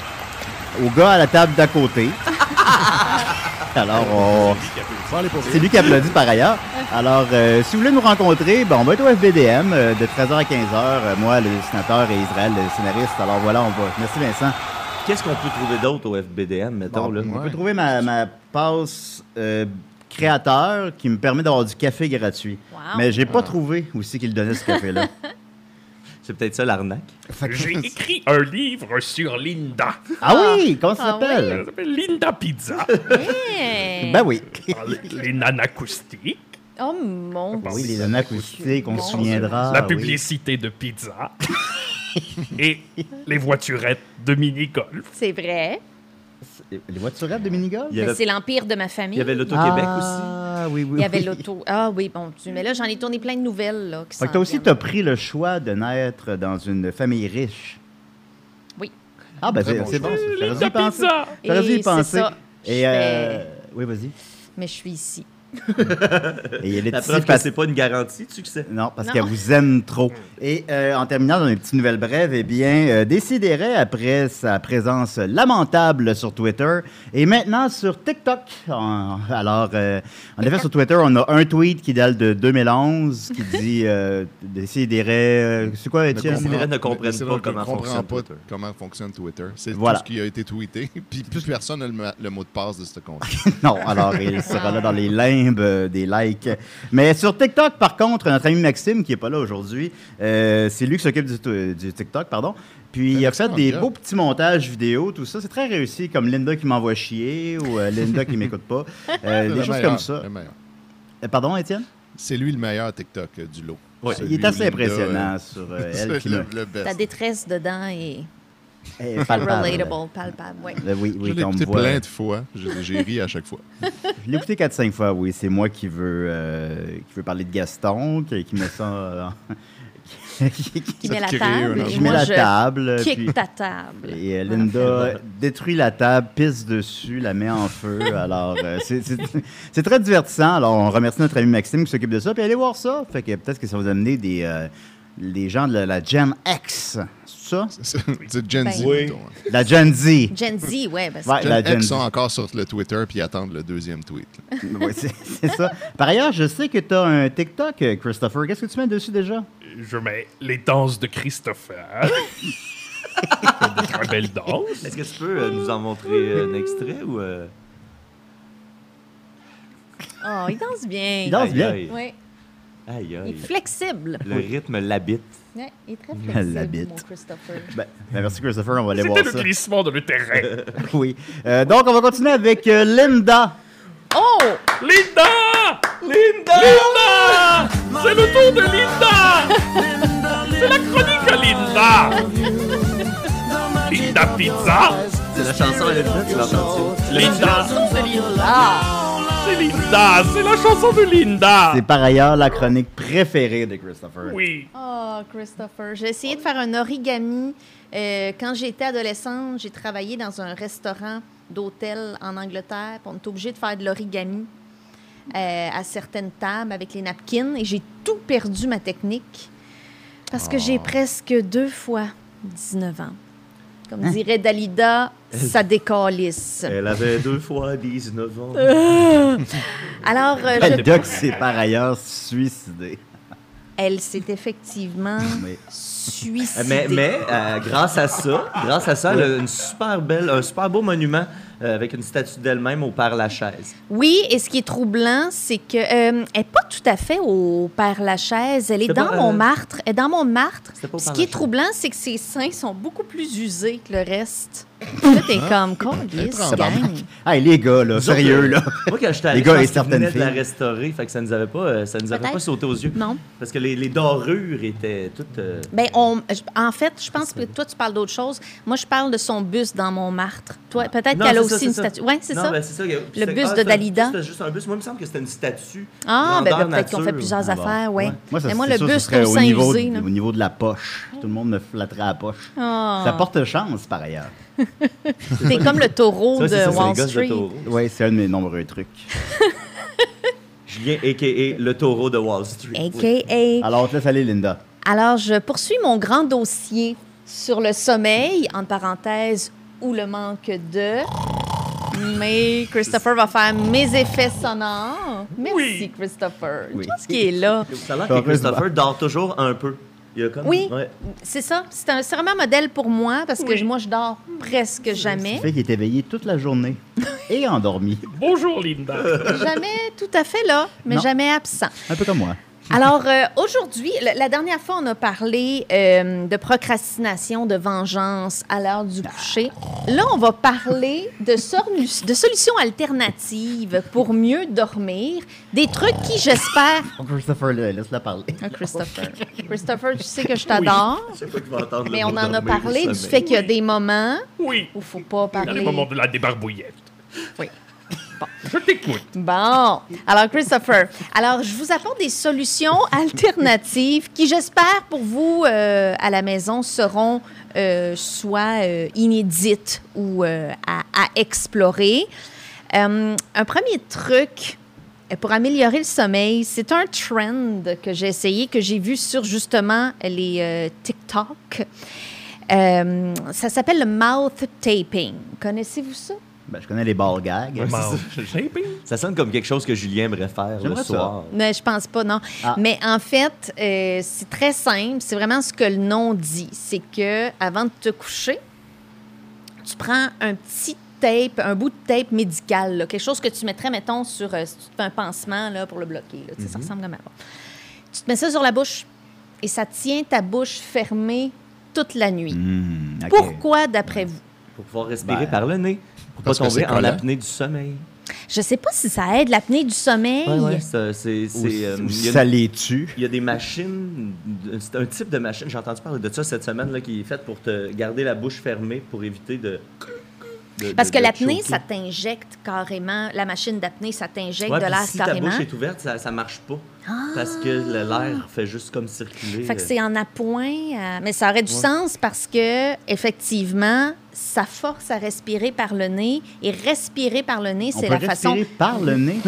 Speaker 3: au gars à la table d'à côté. Alors, on... C'est lui qui applaudit par ailleurs. Alors, euh, si vous voulez nous rencontrer, ben, on va être au FBDM euh, de 13h à 15h. Euh, moi, le dessinateur, et Israël, le scénariste. Alors voilà, on va. Merci Vincent.
Speaker 2: Qu'est-ce qu'on peut trouver d'autre au FBDM, mettons?
Speaker 3: Bon,
Speaker 2: là?
Speaker 3: On peut
Speaker 6: Ouais.
Speaker 3: trouver ma, ma passe euh, créateur qui me permet d'avoir du café gratuit.
Speaker 5: Wow.
Speaker 3: Mais j'ai
Speaker 2: Ah.
Speaker 3: pas trouvé aussi qu'il donnait
Speaker 2: (laughs)
Speaker 3: ce café-là.
Speaker 2: C'est peut-être (laughs) ça l'arnaque.
Speaker 3: (laughs)
Speaker 7: J'ai écrit un livre sur Linda.
Speaker 3: ah oui! Comment ça
Speaker 5: Ah
Speaker 3: s'appelle?
Speaker 7: Ça s'appelle Linda
Speaker 3: (laughs)
Speaker 7: Pizza.
Speaker 5: Hey!
Speaker 3: Ben oui.
Speaker 2: Ah,
Speaker 7: les nanacoustiques.
Speaker 5: Oh mon dieu.
Speaker 3: Ben (laughs) oui, les anacoustiques, on se
Speaker 5: Mon
Speaker 3: souviendra.
Speaker 7: la
Speaker 3: Ah oui.
Speaker 7: publicité de pizza et les voiturettes de mini-golf.
Speaker 5: C'est vrai.
Speaker 3: Les voiturettes de minigolf?
Speaker 2: Il y
Speaker 5: Mais
Speaker 2: avait,
Speaker 5: Ben, C'est l'empire de ma famille.
Speaker 2: il y avait l'Auto-Québec aussi.
Speaker 3: Ah oui, oui.
Speaker 5: Il y avait
Speaker 3: oui.
Speaker 5: l'auto. Ah oui, bon Dieu. Mais là, j'en ai tourné plein de nouvelles. Là,
Speaker 3: (laughs)
Speaker 5: qui
Speaker 3: Fait que
Speaker 5: s'en
Speaker 3: toi aussi,
Speaker 5: viennent.
Speaker 3: t'as pris le choix de naître dans une famille riche.
Speaker 5: Oui.
Speaker 3: Ah, ben
Speaker 6: Très
Speaker 3: c'est
Speaker 6: bon
Speaker 3: c'est bon,
Speaker 6: choix.
Speaker 3: ça. J'aurais dû
Speaker 7: Linda
Speaker 3: y penser.
Speaker 7: Pizza!
Speaker 3: J'aurais dû
Speaker 5: Et
Speaker 3: y
Speaker 5: c'est
Speaker 3: penser.
Speaker 5: ça.
Speaker 3: Et,
Speaker 5: Je
Speaker 3: euh, oui, vas-y.
Speaker 5: Mais je suis ici.
Speaker 3: Et elle est
Speaker 2: La
Speaker 3: ici
Speaker 2: preuve que
Speaker 3: parce-
Speaker 2: c'est pas une garantie de succès.
Speaker 3: Non, parce
Speaker 5: Non.
Speaker 3: qu'elle vous aime trop. Et euh, en terminant dans les petites nouvelles brèves, eh bien, euh, Décideret, après sa présence lamentable sur Twitter, et maintenant sur TikTok. En- alors, euh, en effet, sur Twitter, on a un tweet qui date de 2011 qui dit euh, Décideret, euh, c'est quoi,
Speaker 6: Ne
Speaker 3: Étienne?
Speaker 6: comprend-
Speaker 2: Sidéré ne comprennent
Speaker 6: c'est
Speaker 2: pas
Speaker 6: là que
Speaker 2: comment
Speaker 6: comprend
Speaker 2: fonctionne
Speaker 6: pas
Speaker 2: Twitter.
Speaker 6: comment fonctionne Twitter. C'est
Speaker 3: Voilà.
Speaker 6: tout ce qui a été tweeté. (laughs) Puis plus personne n'a le, ma- le mot de passe de ce compte.
Speaker 3: (laughs) Non, alors il sera là dans les limbes euh, des likes. Mais sur TikTok, par contre, notre ami Maxime, qui n'est pas là aujourd'hui, euh, c'est lui qui s'occupe du, t- du TikTok, pardon. Puis il a fait
Speaker 6: excellent
Speaker 3: des
Speaker 6: job.
Speaker 3: beaux petits montages vidéo, tout ça. C'est très réussi, comme Linda qui m'envoie chier ou euh, Linda qui m'écoute
Speaker 6: (laughs)
Speaker 3: pas. Euh,
Speaker 6: Le
Speaker 3: des choses
Speaker 6: meilleur,
Speaker 3: comme ça.
Speaker 6: le meilleur.
Speaker 3: Euh, Pardon, Étienne?
Speaker 6: C'est lui le meilleur TikTok euh, du lot.
Speaker 3: Ouais,
Speaker 6: Celui
Speaker 3: il est assez
Speaker 6: où Linda,
Speaker 3: impressionnant
Speaker 6: euh,
Speaker 3: sur euh,
Speaker 6: c'est
Speaker 3: elle
Speaker 6: (laughs)
Speaker 3: qui (laughs)
Speaker 6: le,
Speaker 3: me...
Speaker 6: le
Speaker 5: Ta
Speaker 6: best.
Speaker 5: détresse dedans est
Speaker 3: est palpable.
Speaker 5: relatable, palpable. Oui.
Speaker 3: Euh, oui, oui,
Speaker 6: Je l'ai
Speaker 3: qu'on me
Speaker 6: écouté
Speaker 3: voit.
Speaker 6: plein de fois. J'ai j'ai ri à chaque fois. (laughs)
Speaker 3: Je l'ai écouté 4-5 fois, oui. C'est moi qui veux, euh, qui veux parler de Gaston, qui, qui me sent... euh, (laughs) qui- qui-
Speaker 5: Qui
Speaker 6: Ça
Speaker 5: met
Speaker 6: te
Speaker 5: la
Speaker 6: crée
Speaker 5: table.
Speaker 6: un
Speaker 5: et
Speaker 3: Je
Speaker 5: moi,
Speaker 3: mets la
Speaker 5: je
Speaker 3: table. puis-
Speaker 5: Kick ta table.
Speaker 3: Et euh,
Speaker 7: (laughs)
Speaker 3: Linda détruit la table, pisse dessus, la met en feu. Alors, euh, c'est- c'est c'est très divertissant. Alors, on remercie notre ami Maxime qui s'occupe de ça. Puis allez voir ça. Fait que peut-être que ça va vous amener des, euh, les gens de la, la Gen X. C'est ça?
Speaker 6: C'est c'est
Speaker 5: Ben
Speaker 6: Gen Z.
Speaker 2: Oui.
Speaker 6: plutôt, hein.
Speaker 3: La Gen
Speaker 5: (laughs)
Speaker 3: Z.
Speaker 5: Gen Z, ouais, parce
Speaker 3: euh, Ouais,
Speaker 5: que
Speaker 3: la
Speaker 6: Gen
Speaker 3: Gen
Speaker 6: X
Speaker 3: Z.
Speaker 6: sont encore sur le Twitter puis attendent le deuxième tweet. là.
Speaker 3: Ouais, c'est c'est ça. Par ailleurs, je sais que tu as un TikTok, euh, Christopher. Qu'est-ce que tu mets dessus déjà?
Speaker 7: Je mets les danses
Speaker 3: (laughs)
Speaker 7: de Christopher. Des très belles danses.
Speaker 2: Est-ce que tu peux euh, nous en montrer euh, un extrait ou. euh,
Speaker 5: oh, Oh, il danse bien.
Speaker 3: Il danse
Speaker 2: Aïe,
Speaker 3: bien.
Speaker 2: aïe.
Speaker 5: Oui.
Speaker 2: Aïe,
Speaker 5: Il est
Speaker 2: aïe.
Speaker 5: flexible.
Speaker 2: Le rythme l'habite.
Speaker 5: Ouais, il est
Speaker 3: (laughs)
Speaker 5: très
Speaker 3: Elle
Speaker 5: flexible,
Speaker 3: l'habite.
Speaker 5: mon Christopher.
Speaker 3: Ben, ben, merci, Christopher. On va aller voir
Speaker 7: C'était le
Speaker 3: ça.
Speaker 7: glissement de le
Speaker 3: (laughs)
Speaker 7: terrain.
Speaker 3: Oui. Euh, donc, on va continuer avec euh, Linda.
Speaker 5: Oh!
Speaker 7: Linda! Linda! Linda! C'est le tour de Linda! C'est la chronique à Linda! Linda Pizza!
Speaker 2: C'est la chanson à l'habitude, tu l'entends-tu?
Speaker 7: Linda!
Speaker 5: Ah!
Speaker 7: C'est Linda! C'est la chanson de Linda!
Speaker 3: C'est par ailleurs la chronique préférée de Christopher.
Speaker 7: Ah. Oui.
Speaker 5: Oh, Christopher. J'ai essayé de faire un origami. Euh, quand j'étais adolescente, j'ai travaillé dans un restaurant d'hôtel en Angleterre. puis On était obligé de faire de l'origami euh, à certaines tables avec les napkins. Et j'ai tout perdu ma technique parce que
Speaker 2: Ah.
Speaker 5: j'ai presque deux fois 19 ans. Comme dirait Dalida, ça décalisse.
Speaker 2: Hein? Elle avait deux fois 19 ans.
Speaker 5: Euh, Alors, euh,
Speaker 3: Ben,
Speaker 5: je-
Speaker 3: Doc s'est par ailleurs suicidé.
Speaker 5: elle s'est
Speaker 2: (laughs)
Speaker 5: effectivement
Speaker 3: Mais-
Speaker 5: suicidée.
Speaker 2: Mais, mais euh, grâce à ça, grâce à ça, elle a une super belle, un super beau monument euh, avec une statue d'elle-même au Père Lachaise.
Speaker 5: Oui, et ce qui est troublant, c'est que euh, elle n'est pas tout à fait au Père Lachaise. Elle est
Speaker 2: C'était
Speaker 5: dans
Speaker 2: pas, euh,
Speaker 5: Montmartre. Elle est dans Montmartre.
Speaker 2: C'était pas au
Speaker 5: Ce
Speaker 2: Père
Speaker 5: qui est
Speaker 2: Lachaise.
Speaker 5: troublant, c'est que ses seins sont beaucoup plus usés que le reste. Là, t'es comme, Colisse,
Speaker 6: prend
Speaker 5: gang.
Speaker 3: Hey, les gars, là, sérieux, là.
Speaker 2: euh, Moi, quand j'étais
Speaker 3: Les
Speaker 2: allé, je
Speaker 3: gars
Speaker 2: pense
Speaker 3: et
Speaker 2: qu'ils
Speaker 3: certaines
Speaker 2: venaient de la
Speaker 3: filles.
Speaker 2: restaurer, fait que ça nous avait pas, euh, ça nous avait
Speaker 5: Peut-être.
Speaker 2: pas sauté aux yeux.
Speaker 5: Non.
Speaker 2: Parce que les, les dorures étaient toutes. euh,
Speaker 5: Ben, on, je- en fait, je pense que toi, tu parles d'autre chose. Moi, je parle de son bus dans Montmartre. Toi, peut-être
Speaker 2: Non,
Speaker 5: qu'elle a
Speaker 2: c'est ça, c'est
Speaker 5: aussi une
Speaker 2: ça.
Speaker 5: statue. Oui, c'est
Speaker 2: Non,
Speaker 5: ça.
Speaker 2: ben, c'est ça. il y a- puis c'était-
Speaker 5: bus de
Speaker 2: c'était-
Speaker 5: Dalida.
Speaker 2: C'était juste un bus. Moi, il me semble que c'était une statue.
Speaker 5: ah, ben,
Speaker 2: grandeur
Speaker 5: ben, peut-être qu'on fait
Speaker 2: nature.
Speaker 5: plusieurs
Speaker 3: Ah, bon.
Speaker 5: affaires, oui.
Speaker 2: Ouais.
Speaker 3: Moi, ça,
Speaker 5: Mais moi,
Speaker 3: c'est
Speaker 5: le
Speaker 3: sûr,
Speaker 5: bus,
Speaker 3: ce serait
Speaker 5: c'est au
Speaker 3: au
Speaker 5: sein
Speaker 3: niveau,
Speaker 5: usé.
Speaker 3: du-
Speaker 5: là.
Speaker 3: au niveau de la poche. Tout le monde me flatterait la poche.
Speaker 5: Ah.
Speaker 3: Ça porte chance, par ailleurs.
Speaker 5: T'es comme le taureau
Speaker 2: Ça, c'est ça, c'est
Speaker 5: de
Speaker 2: les
Speaker 5: Wall
Speaker 2: gosses de
Speaker 5: Street.
Speaker 2: taureau.
Speaker 3: Oui, c'est un de mes nombreux trucs.
Speaker 2: Julien, a.k.a. le taureau de Wall Street.
Speaker 5: A.K.A.
Speaker 3: Alors, on te laisse aller, Linda.
Speaker 5: Alors, je poursuis mon grand dossier sur le sommeil, en parenthèse, ou le manque de. Mais Christopher va faire mes effets sonores. Merci,
Speaker 7: Oui.
Speaker 5: Christopher.
Speaker 3: Oui.
Speaker 5: Qu'est-ce qui est là?
Speaker 2: Ça a l'air que
Speaker 3: bah-
Speaker 2: Christopher dort toujours un peu. Il y a comme,
Speaker 5: Oui.
Speaker 2: ouais.
Speaker 5: C'est ça. C'est un, c'est vraiment un modèle pour moi parce que je- moi, je dors presque jamais.
Speaker 3: Ça fait qu'il est éveillé toute la
Speaker 5: (laughs)
Speaker 3: journée et endormi.
Speaker 7: Bonjour, Linda.
Speaker 5: Jamais tout à fait là, mais
Speaker 3: Non.
Speaker 5: jamais absent.
Speaker 3: Un peu comme moi.
Speaker 5: Alors, euh, aujourd'hui, la, la dernière fois, on a parlé euh, de procrastination, de vengeance à l'heure du
Speaker 2: Ah.
Speaker 5: coucher. Là, on va parler de, sornu- de solutions alternatives pour mieux dormir. Des trucs
Speaker 2: (laughs)
Speaker 5: qui, j'espère...
Speaker 3: Oh, Christopher, là, laisse-la parler.
Speaker 5: Ah, Christopher. (laughs) Christopher, tu sais que je t'adore,
Speaker 2: Je sais pas qui va entendre le
Speaker 5: mais on
Speaker 2: mot
Speaker 5: en a
Speaker 2: dormir,
Speaker 5: parlé
Speaker 2: le
Speaker 5: du
Speaker 2: sommeil.
Speaker 5: fait qu'il y a des moments
Speaker 7: Oui.
Speaker 5: où faut pas
Speaker 7: Dans
Speaker 5: parler...
Speaker 7: les moments de la débarbouillette.
Speaker 5: Oui.
Speaker 7: Je t'écoute.
Speaker 5: Bon. Alors, Christopher, alors je vous apporte des solutions alternatives qui, j'espère, pour vous euh, à la maison, seront euh, soit euh, inédites ou euh, à, à explorer. Euh, un premier truc euh, pour améliorer le sommeil, c'est un trend que j'ai essayé, que j'ai vu sur justement les euh, TikTok. Euh, ça s'appelle le mouth taping. Connaissez-vous ça?
Speaker 3: Ben, je connais les ball gags.
Speaker 7: Shaping.
Speaker 2: Ça sonne comme quelque chose que Julien aimerait faire le
Speaker 3: J'aimerais ça.
Speaker 2: soir.
Speaker 5: Mais je pense pas, non.
Speaker 3: Ah.
Speaker 5: Mais en fait, euh, c'est très simple. C'est vraiment ce que le nom dit. C'est que avant de te coucher, tu prends un petit tape, un bout de tape médical, là, quelque chose que tu mettrais, mettons, sur euh, si tu te fais un pansement là, pour le bloquer. là, tu sais, Ça
Speaker 3: Mhm.
Speaker 5: ressemble comme à Tu te mets ça sur la bouche et ça tient ta bouche fermée toute la nuit.
Speaker 3: Hmm, ok.
Speaker 5: Pourquoi, d'après vous?
Speaker 2: Pour pouvoir respirer
Speaker 3: Ben,
Speaker 2: par le nez. Pour pas
Speaker 6: parce que c'est
Speaker 2: tomber en
Speaker 6: collant.
Speaker 2: apnée du sommeil.
Speaker 5: Je sais pas si ça aide l'apnée du sommeil.
Speaker 2: Ouais, ouais, ça, c'est.
Speaker 3: Ou,
Speaker 2: c'est, euh,
Speaker 3: ou
Speaker 2: il y a une-
Speaker 3: ça les tue.
Speaker 2: Il y a des machines, de- c'est un type de machine, j'ai entendu parler de ça cette semaine, là, qui est faite pour te garder la bouche fermée pour éviter de. de-
Speaker 5: Parce
Speaker 2: de-
Speaker 5: que
Speaker 2: de
Speaker 5: l'apnée,
Speaker 2: choquer.
Speaker 5: ça t'injecte carrément, la machine d'apnée, ça t'injecte
Speaker 2: Ouais,
Speaker 5: de
Speaker 2: puis
Speaker 5: l'air
Speaker 2: si ta
Speaker 5: carrément. Ah.
Speaker 2: bouche est ouverte, ça, ça marche pas. Parce que le- l'air fait juste comme circuler.
Speaker 5: Fait que
Speaker 2: euh,
Speaker 5: c'est en appoint, euh, mais ça aurait du
Speaker 2: Ouais.
Speaker 5: sens parce que effectivement, ça force à respirer par le nez et respirer par le nez,
Speaker 3: On
Speaker 5: c'est
Speaker 3: peut
Speaker 5: la
Speaker 3: respirer
Speaker 5: façon.
Speaker 3: par le nez.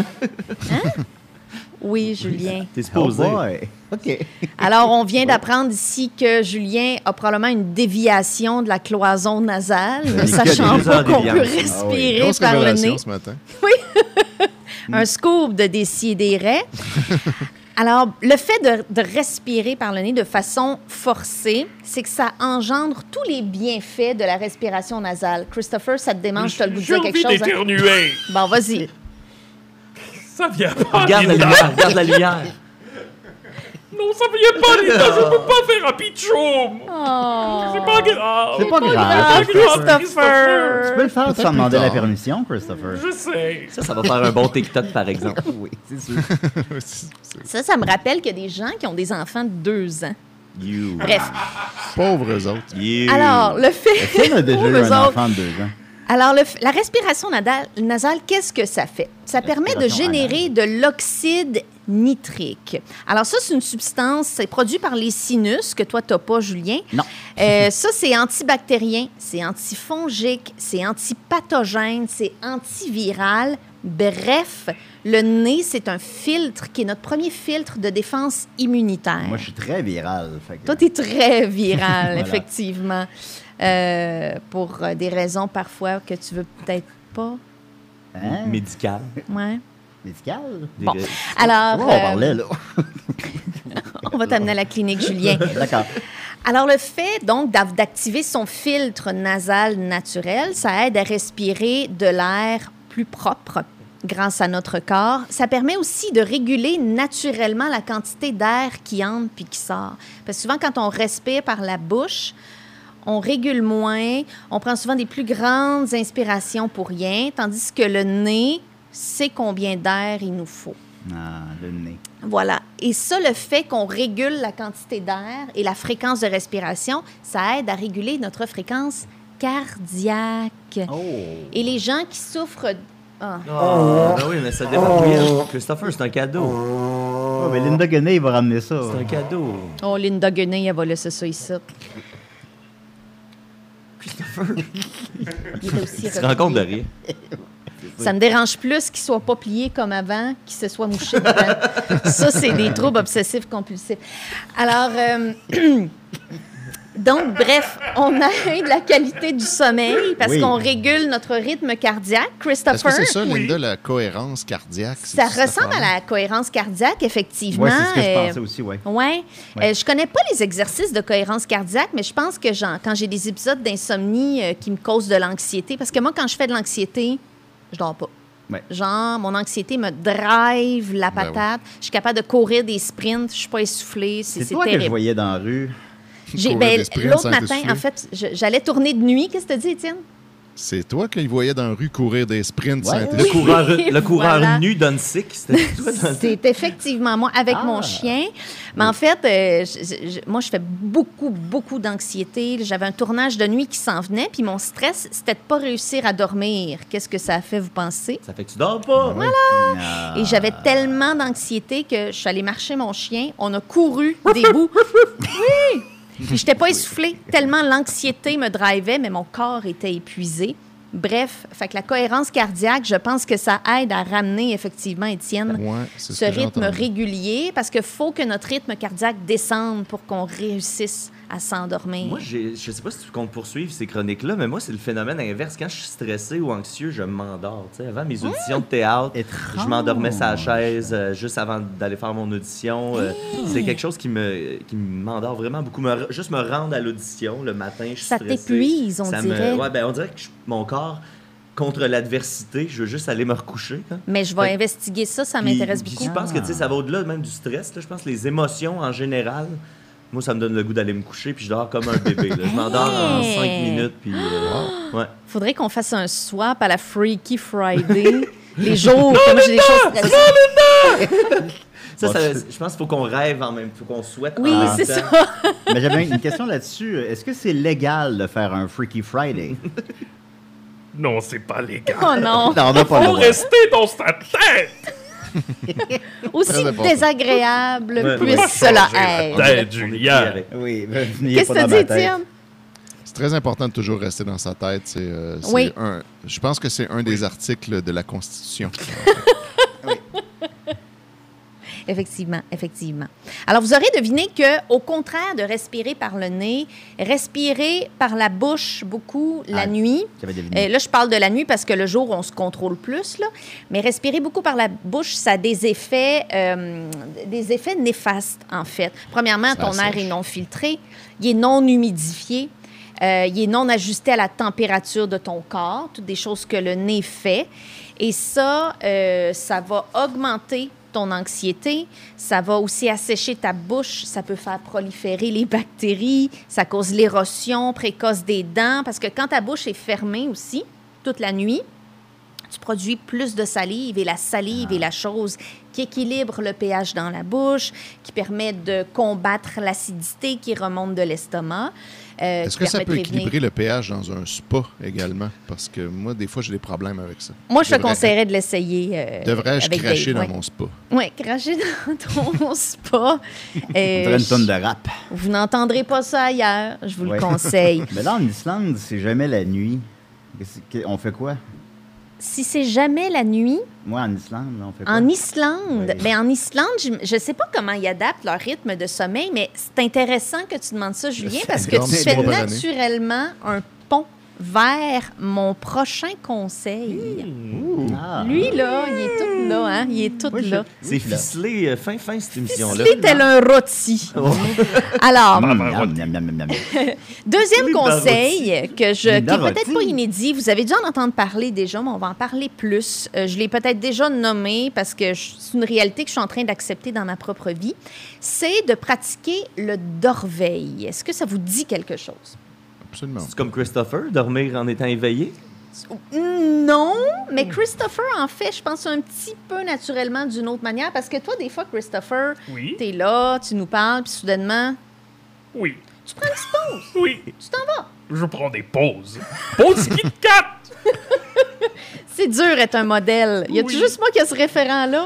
Speaker 5: Oui, Julien.
Speaker 2: (laughs) T'es
Speaker 3: Oh
Speaker 2: supposé.
Speaker 3: boy. OK.
Speaker 5: Alors, on vient d'apprendre ici que Julien a probablement une déviation de la cloison nasale,
Speaker 3: Il y a
Speaker 5: sachant
Speaker 2: des
Speaker 5: pas qu'on
Speaker 2: déviations.
Speaker 3: Ah
Speaker 5: peut
Speaker 3: oui.
Speaker 5: respirer
Speaker 6: Grosse
Speaker 5: par le nez.
Speaker 6: révélation ce matin. (laughs)
Speaker 3: Mm.
Speaker 5: un scoop
Speaker 3: (laughs)
Speaker 5: de décideret. Alors, le fait de, de respirer par le nez de façon forcée, c'est que ça engendre tous les bienfaits de la respiration nasale. Christopher, ça te démange, tu as le goût de
Speaker 7: J'ai
Speaker 5: dire quelque
Speaker 7: envie
Speaker 5: chose. hein?
Speaker 7: d'éternuer.
Speaker 5: Bon, vas-y.
Speaker 7: Ça vient pas,
Speaker 2: Regarde la
Speaker 7: Linda.
Speaker 2: lumière, regarde la lumière.
Speaker 7: Non, ça vient pas, Linda. Je peux pas faire un pitchoum.
Speaker 5: Oh.
Speaker 7: C'est pas Ah, oh, grave.
Speaker 3: C'est pas
Speaker 7: pas
Speaker 3: grave.
Speaker 7: grave, Christopher.
Speaker 3: Tu peux le faire
Speaker 6: Peut-être
Speaker 3: sans
Speaker 6: plus
Speaker 3: demander la
Speaker 6: tard.
Speaker 3: permission, Christopher.
Speaker 7: Je sais.
Speaker 2: Ça, ça va faire un bon TikTok, par exemple.
Speaker 3: Oui, c'est sûr. (laughs)
Speaker 5: Ça, ça me rappelle qu'il y a des gens qui ont des enfants de deux ans.
Speaker 2: You.
Speaker 5: Bref.
Speaker 6: Pauvres eux autres.
Speaker 2: You.
Speaker 5: Alors, le
Speaker 3: Est-ce
Speaker 5: fait.
Speaker 3: qu'on a déjà
Speaker 5: Pour
Speaker 3: eu
Speaker 5: eux
Speaker 3: un
Speaker 5: autres.
Speaker 3: enfant de deux ans?
Speaker 5: Alors, le f- la respiration nadale- nasale, qu'est-ce que ça fait? Ça permet de
Speaker 3: Respiration
Speaker 5: générer de l'oxyde nitrique. Alors, ça, c'est une substance, c'est produit par les sinus, que toi, t'as pas, Julien.
Speaker 3: Non.
Speaker 5: Euh, ça, c'est antibactérien, c'est antifongique, c'est antipathogène, c'est antiviral. Bref, le nez, c'est un filtre qui est notre premier filtre de défense immunitaire.
Speaker 3: Moi, je suis très viral. fait que-
Speaker 5: Toi, tu es très viral,
Speaker 3: (laughs) Voilà.
Speaker 5: effectivement, Euh, pour euh, des raisons parfois que tu veux peut-être pas.
Speaker 3: Hein?
Speaker 2: Médical.
Speaker 5: Ouais.
Speaker 3: Médical?
Speaker 5: Bon.
Speaker 2: Des-
Speaker 5: Alors,
Speaker 3: Comment Oh, on
Speaker 5: euh,
Speaker 3: parlait, (laughs) là?
Speaker 5: on va t'amener à la clinique,
Speaker 3: (laughs)
Speaker 5: Julien.
Speaker 3: D'accord.
Speaker 5: Alors, le fait donc d'av- d'activer son filtre nasal naturel, ça aide à respirer de l'air plus propre grâce à notre corps. Ça permet aussi de réguler naturellement la quantité d'air qui entre puis qui sort. Parce que souvent, quand on respire par la bouche, on régule moins, on prend souvent des plus grandes inspirations pour rien, tandis que le nez sait combien d'air il nous faut.
Speaker 3: Ah, le nez.
Speaker 5: Voilà. Et ça, le fait qu'on régule la quantité d'air et la fréquence de respiration, ça aide à réguler notre fréquence cardiaque.
Speaker 3: Oh!
Speaker 5: Et les gens qui souffrent... Ah.
Speaker 2: Oh, ben oui, mais ça dépend. Oui, Christopher, c'est un cadeau.
Speaker 3: Oh, mais Linda Guenet, il va ramener ça.
Speaker 2: C'est un cadeau.
Speaker 5: Oh, Linda Guenin, elle va laisser ça ici. (laughs) Il est aussi
Speaker 2: Tu te rends compte de
Speaker 5: replié.
Speaker 2: rien.
Speaker 5: Ça me dérange plus qu'il soit pas plié comme avant, qu'il se soit mouché dedans.
Speaker 3: (laughs)
Speaker 5: ça, c'est des troubles obsessifs compulsifs. Alors, euh, donc, bref, on a eu de la qualité du sommeil parce
Speaker 3: Oui.
Speaker 5: qu'on régule notre rythme cardiaque.
Speaker 6: Est-ce que
Speaker 5: Christopher,
Speaker 6: c'est ça,
Speaker 7: Oui.
Speaker 6: Linda, la cohérence cardiaque?
Speaker 5: ça
Speaker 6: C'est-tu cette
Speaker 5: ressemble à
Speaker 6: affaire-là?
Speaker 5: la cohérence cardiaque, effectivement.
Speaker 3: Ouais, c'est ce que je
Speaker 5: Euh,
Speaker 3: pensais aussi, ouais.
Speaker 5: Ouais.
Speaker 3: Ouais.
Speaker 5: Euh, je connais pas les exercices de cohérence cardiaque, mais je pense que j'en- quand j'ai des épisodes d'insomnie euh, qui me causent de l'anxiété, parce que moi, quand je fais de l'anxiété, je dors pas.
Speaker 3: Ouais.
Speaker 5: Genre, mon anxiété me drive la
Speaker 6: Ben oui.
Speaker 5: patate. Je suis capable de courir des sprints. Je suis pas essoufflée. C'est
Speaker 3: C'est
Speaker 5: c'est
Speaker 3: toi que je
Speaker 5: terrible.
Speaker 3: voyais dans la rue.
Speaker 5: J'ai-
Speaker 6: Courir
Speaker 5: ben,
Speaker 6: des sprints
Speaker 5: L'autre
Speaker 6: sans
Speaker 5: matin,
Speaker 6: t'essouffler.
Speaker 5: en fait, je- j'allais tourner de nuit. Qu'est-ce que tu dis, Étienne?
Speaker 6: C'est toi qu'il voyait dans la rue courir des sprints
Speaker 3: Ouais.
Speaker 6: sans
Speaker 2: Le
Speaker 5: Oui,
Speaker 2: coureur, le coureur
Speaker 5: voilà.
Speaker 2: nu donne sick. C'était
Speaker 5: C'est effectivement moi avec
Speaker 3: Ah.
Speaker 5: mon chien. Mais en fait, euh, je- je- je- moi, je fais beaucoup, beaucoup d'anxiété. J'avais un tournage de nuit qui s'en venait, puis mon stress, c'était de pas réussir à dormir. Qu'est-ce que ça a fait, vous pensez?
Speaker 2: Ça fait que tu dors pas.
Speaker 3: Voilà!
Speaker 5: Et j'avais tellement d'anxiété que je suis allée marcher mon chien. On a couru des bouts. Oui! Je n'étais pas essoufflée. Tellement l'anxiété me drivait, mais mon corps était épuisé. Bref, fait que la cohérence cardiaque, je pense que ça aide à ramener effectivement, Étienne,
Speaker 6: Ouais, c'est
Speaker 5: ce
Speaker 6: que j'ai
Speaker 5: rythme
Speaker 6: entendu.
Speaker 5: régulier parce qu'il faut que notre rythme cardiaque descende pour qu'on réussisse à s'endormir.
Speaker 2: Moi, j'ai- je sais pas si tu comptes poursuivre ces chroniques-là, mais moi, c'est le phénomène inverse. Quand je suis stressé ou anxieux, je m'endors. tu sais. Avant mes auditions de théâtre,
Speaker 3: Étrange.
Speaker 2: je m'endormais sur la chaise euh, juste avant d'aller faire mon audition. Euh, C'est quelque chose qui me qui m'endort vraiment beaucoup. Me- juste me rendre à l'audition le matin, je suis
Speaker 5: Ça
Speaker 2: stressé.
Speaker 5: t'épuise, on
Speaker 2: Ça
Speaker 5: dirait.
Speaker 2: ouais, ben, on dirait que je- mon corps, contre l'adversité, je veux juste aller me recoucher. hein.
Speaker 5: Mais je vais
Speaker 2: Fait-
Speaker 5: investiguer ça, ça
Speaker 2: Puis-
Speaker 5: m'intéresse
Speaker 2: puis
Speaker 5: beaucoup.
Speaker 2: Je pense que tu sais, ça va au-delà même du stress. là. Je pense que les émotions en général, moi, ça me donne le goût d'aller me coucher puis je dors comme un bébé. là. Je m'endors en
Speaker 5: Hey!
Speaker 2: cinq minutes. Puis, euh,
Speaker 3: Ah!
Speaker 2: ouais.
Speaker 5: Faudrait qu'on fasse un swap à la Freaky Friday. les jours, comme j'ai des choses stressantes.
Speaker 2: Ça, ça, je pense qu'il faut qu'on rêve en même temps, qu'on souhaite. en
Speaker 5: Oui,
Speaker 2: même
Speaker 5: c'est
Speaker 2: temps.
Speaker 5: ça.
Speaker 3: Mais j'avais une question là-dessus. Est-ce que c'est légal de faire un Freaky Friday?
Speaker 7: Non, c'est pas légal.
Speaker 5: Oh non.
Speaker 3: Non, on n'a pas le
Speaker 7: Faut
Speaker 3: droit.
Speaker 7: rester dans sa tête.
Speaker 5: Aussi
Speaker 6: important.
Speaker 5: désagréable
Speaker 2: Ouais,
Speaker 5: puisse
Speaker 2: ouais.
Speaker 5: cela
Speaker 7: Changer la
Speaker 5: être.
Speaker 7: Tête,
Speaker 2: On est pris
Speaker 7: Julien.
Speaker 2: avec.
Speaker 3: Oui, ben, venez
Speaker 5: Qu'est-ce
Speaker 3: pas
Speaker 5: que tu
Speaker 3: dans
Speaker 5: dis,
Speaker 3: ma tête.
Speaker 5: Étienne?
Speaker 6: C'est très important de toujours rester dans sa tête. C'est, euh, c'est
Speaker 5: Oui.
Speaker 6: un- je pense que c'est un des articles de la Constitution.
Speaker 5: Effectivement, effectivement. Alors, vous aurez deviné que, au contraire de respirer par le nez, respirer par la bouche beaucoup la
Speaker 3: Ah.
Speaker 5: nuit,
Speaker 3: J'avais
Speaker 5: Euh,
Speaker 3: deviné.
Speaker 5: là, je parle de la nuit parce que le jour, on se contrôle plus. Là. Mais respirer beaucoup par la bouche, ça a des effets, euh, des effets néfastes, en fait. Premièrement,
Speaker 6: Ça
Speaker 5: ton air
Speaker 6: assèche.
Speaker 5: est non filtré, il est non humidifié. Euh, il est non ajusté à la température de ton corps, toutes des choses que le nez fait. Et ça, euh, ça va augmenter ton anxiété, ça va aussi assécher ta bouche, ça peut faire proliférer les bactéries, ça cause l'érosion précoce des dents, parce que quand ta bouche est fermée aussi, toute la nuit, tu produis plus de salive et la salive
Speaker 6: Ah.
Speaker 5: est la chose qui équilibre le pH dans la bouche, qui permet de combattre l'acidité qui remonte de l'estomac. euh,
Speaker 6: Est-ce
Speaker 5: qui
Speaker 6: que ça
Speaker 5: permet de
Speaker 6: peut
Speaker 5: prévenir-
Speaker 6: équilibrer le pH dans un spa également? Parce que moi, des fois, j'ai des problèmes avec ça.
Speaker 5: Moi, je te
Speaker 6: Devrais-
Speaker 5: conseillerais de l'essayer. euh,
Speaker 6: Devrais-je
Speaker 5: avec
Speaker 6: cracher
Speaker 5: Dave,
Speaker 6: dans
Speaker 5: ouais.
Speaker 6: mon spa?
Speaker 5: Oui, cracher dans (laughs) ton
Speaker 3: (laughs)
Speaker 5: spa.
Speaker 3: On
Speaker 5: Euh,
Speaker 3: dirait une tonne de rap.
Speaker 5: Vous n'entendrez pas ça ailleurs, je vous
Speaker 3: Ouais.
Speaker 5: le
Speaker 3: (laughs)
Speaker 5: conseille.
Speaker 3: Mais là, en Islande, c'est jamais la nuit. Qu'est-ce que- On fait quoi?
Speaker 5: si c'est jamais la nuit,
Speaker 3: Moi, en Islande, là, on fait quoi?
Speaker 5: en Islande,
Speaker 3: Ouais.
Speaker 5: ben, en Islande, je ne sais pas comment ils adaptent leur rythme de sommeil, mais c'est intéressant que tu demandes ça, Julien,
Speaker 3: sais,
Speaker 5: parce que
Speaker 6: dormir
Speaker 5: tu fais
Speaker 6: trois par année.
Speaker 5: naturellement un pont vers mon prochain conseil.
Speaker 3: Ah.
Speaker 5: Lui, là, il est tout là, hein? Il est tout
Speaker 3: Oui, je-
Speaker 5: là.
Speaker 2: C'est
Speaker 3: oui, là.
Speaker 2: ficelé euh, fin, fin, cette émission-là.
Speaker 5: Ficelé tel un rôti. Alors,
Speaker 3: Miam, miam, miam, miam, miam.
Speaker 5: Deuxième
Speaker 2: Plus
Speaker 5: conseil que je, qui est
Speaker 3: Plus
Speaker 5: peut-être pas
Speaker 3: Barotti.
Speaker 5: inédit, vous avez dû en entendre parler déjà, mais on va en parler plus. Euh, je l'ai peut-être déjà nommé parce que je- c'est une réalité que je suis en train d'accepter dans ma propre vie. C'est de pratiquer le dorveil. Est-ce que ça vous dit quelque chose?
Speaker 6: Absolument.
Speaker 2: C'est comme Christopher, dormir en étant éveillé.
Speaker 5: Non, mais
Speaker 7: Hmm.
Speaker 5: Christopher en fait, je pense un petit peu naturellement d'une autre manière parce que toi, des fois, Christopher,
Speaker 7: Oui.
Speaker 5: t'es là, tu nous parles, puis soudainement,
Speaker 7: Oui.
Speaker 5: tu prends une petite pause,
Speaker 7: Oui.
Speaker 5: tu t'en vas.
Speaker 7: Je prends des pauses. Pause Kit Kat!
Speaker 5: C'est dur d'être un modèle. Y a
Speaker 7: Oui.
Speaker 5: juste moi qui a ce référent-là?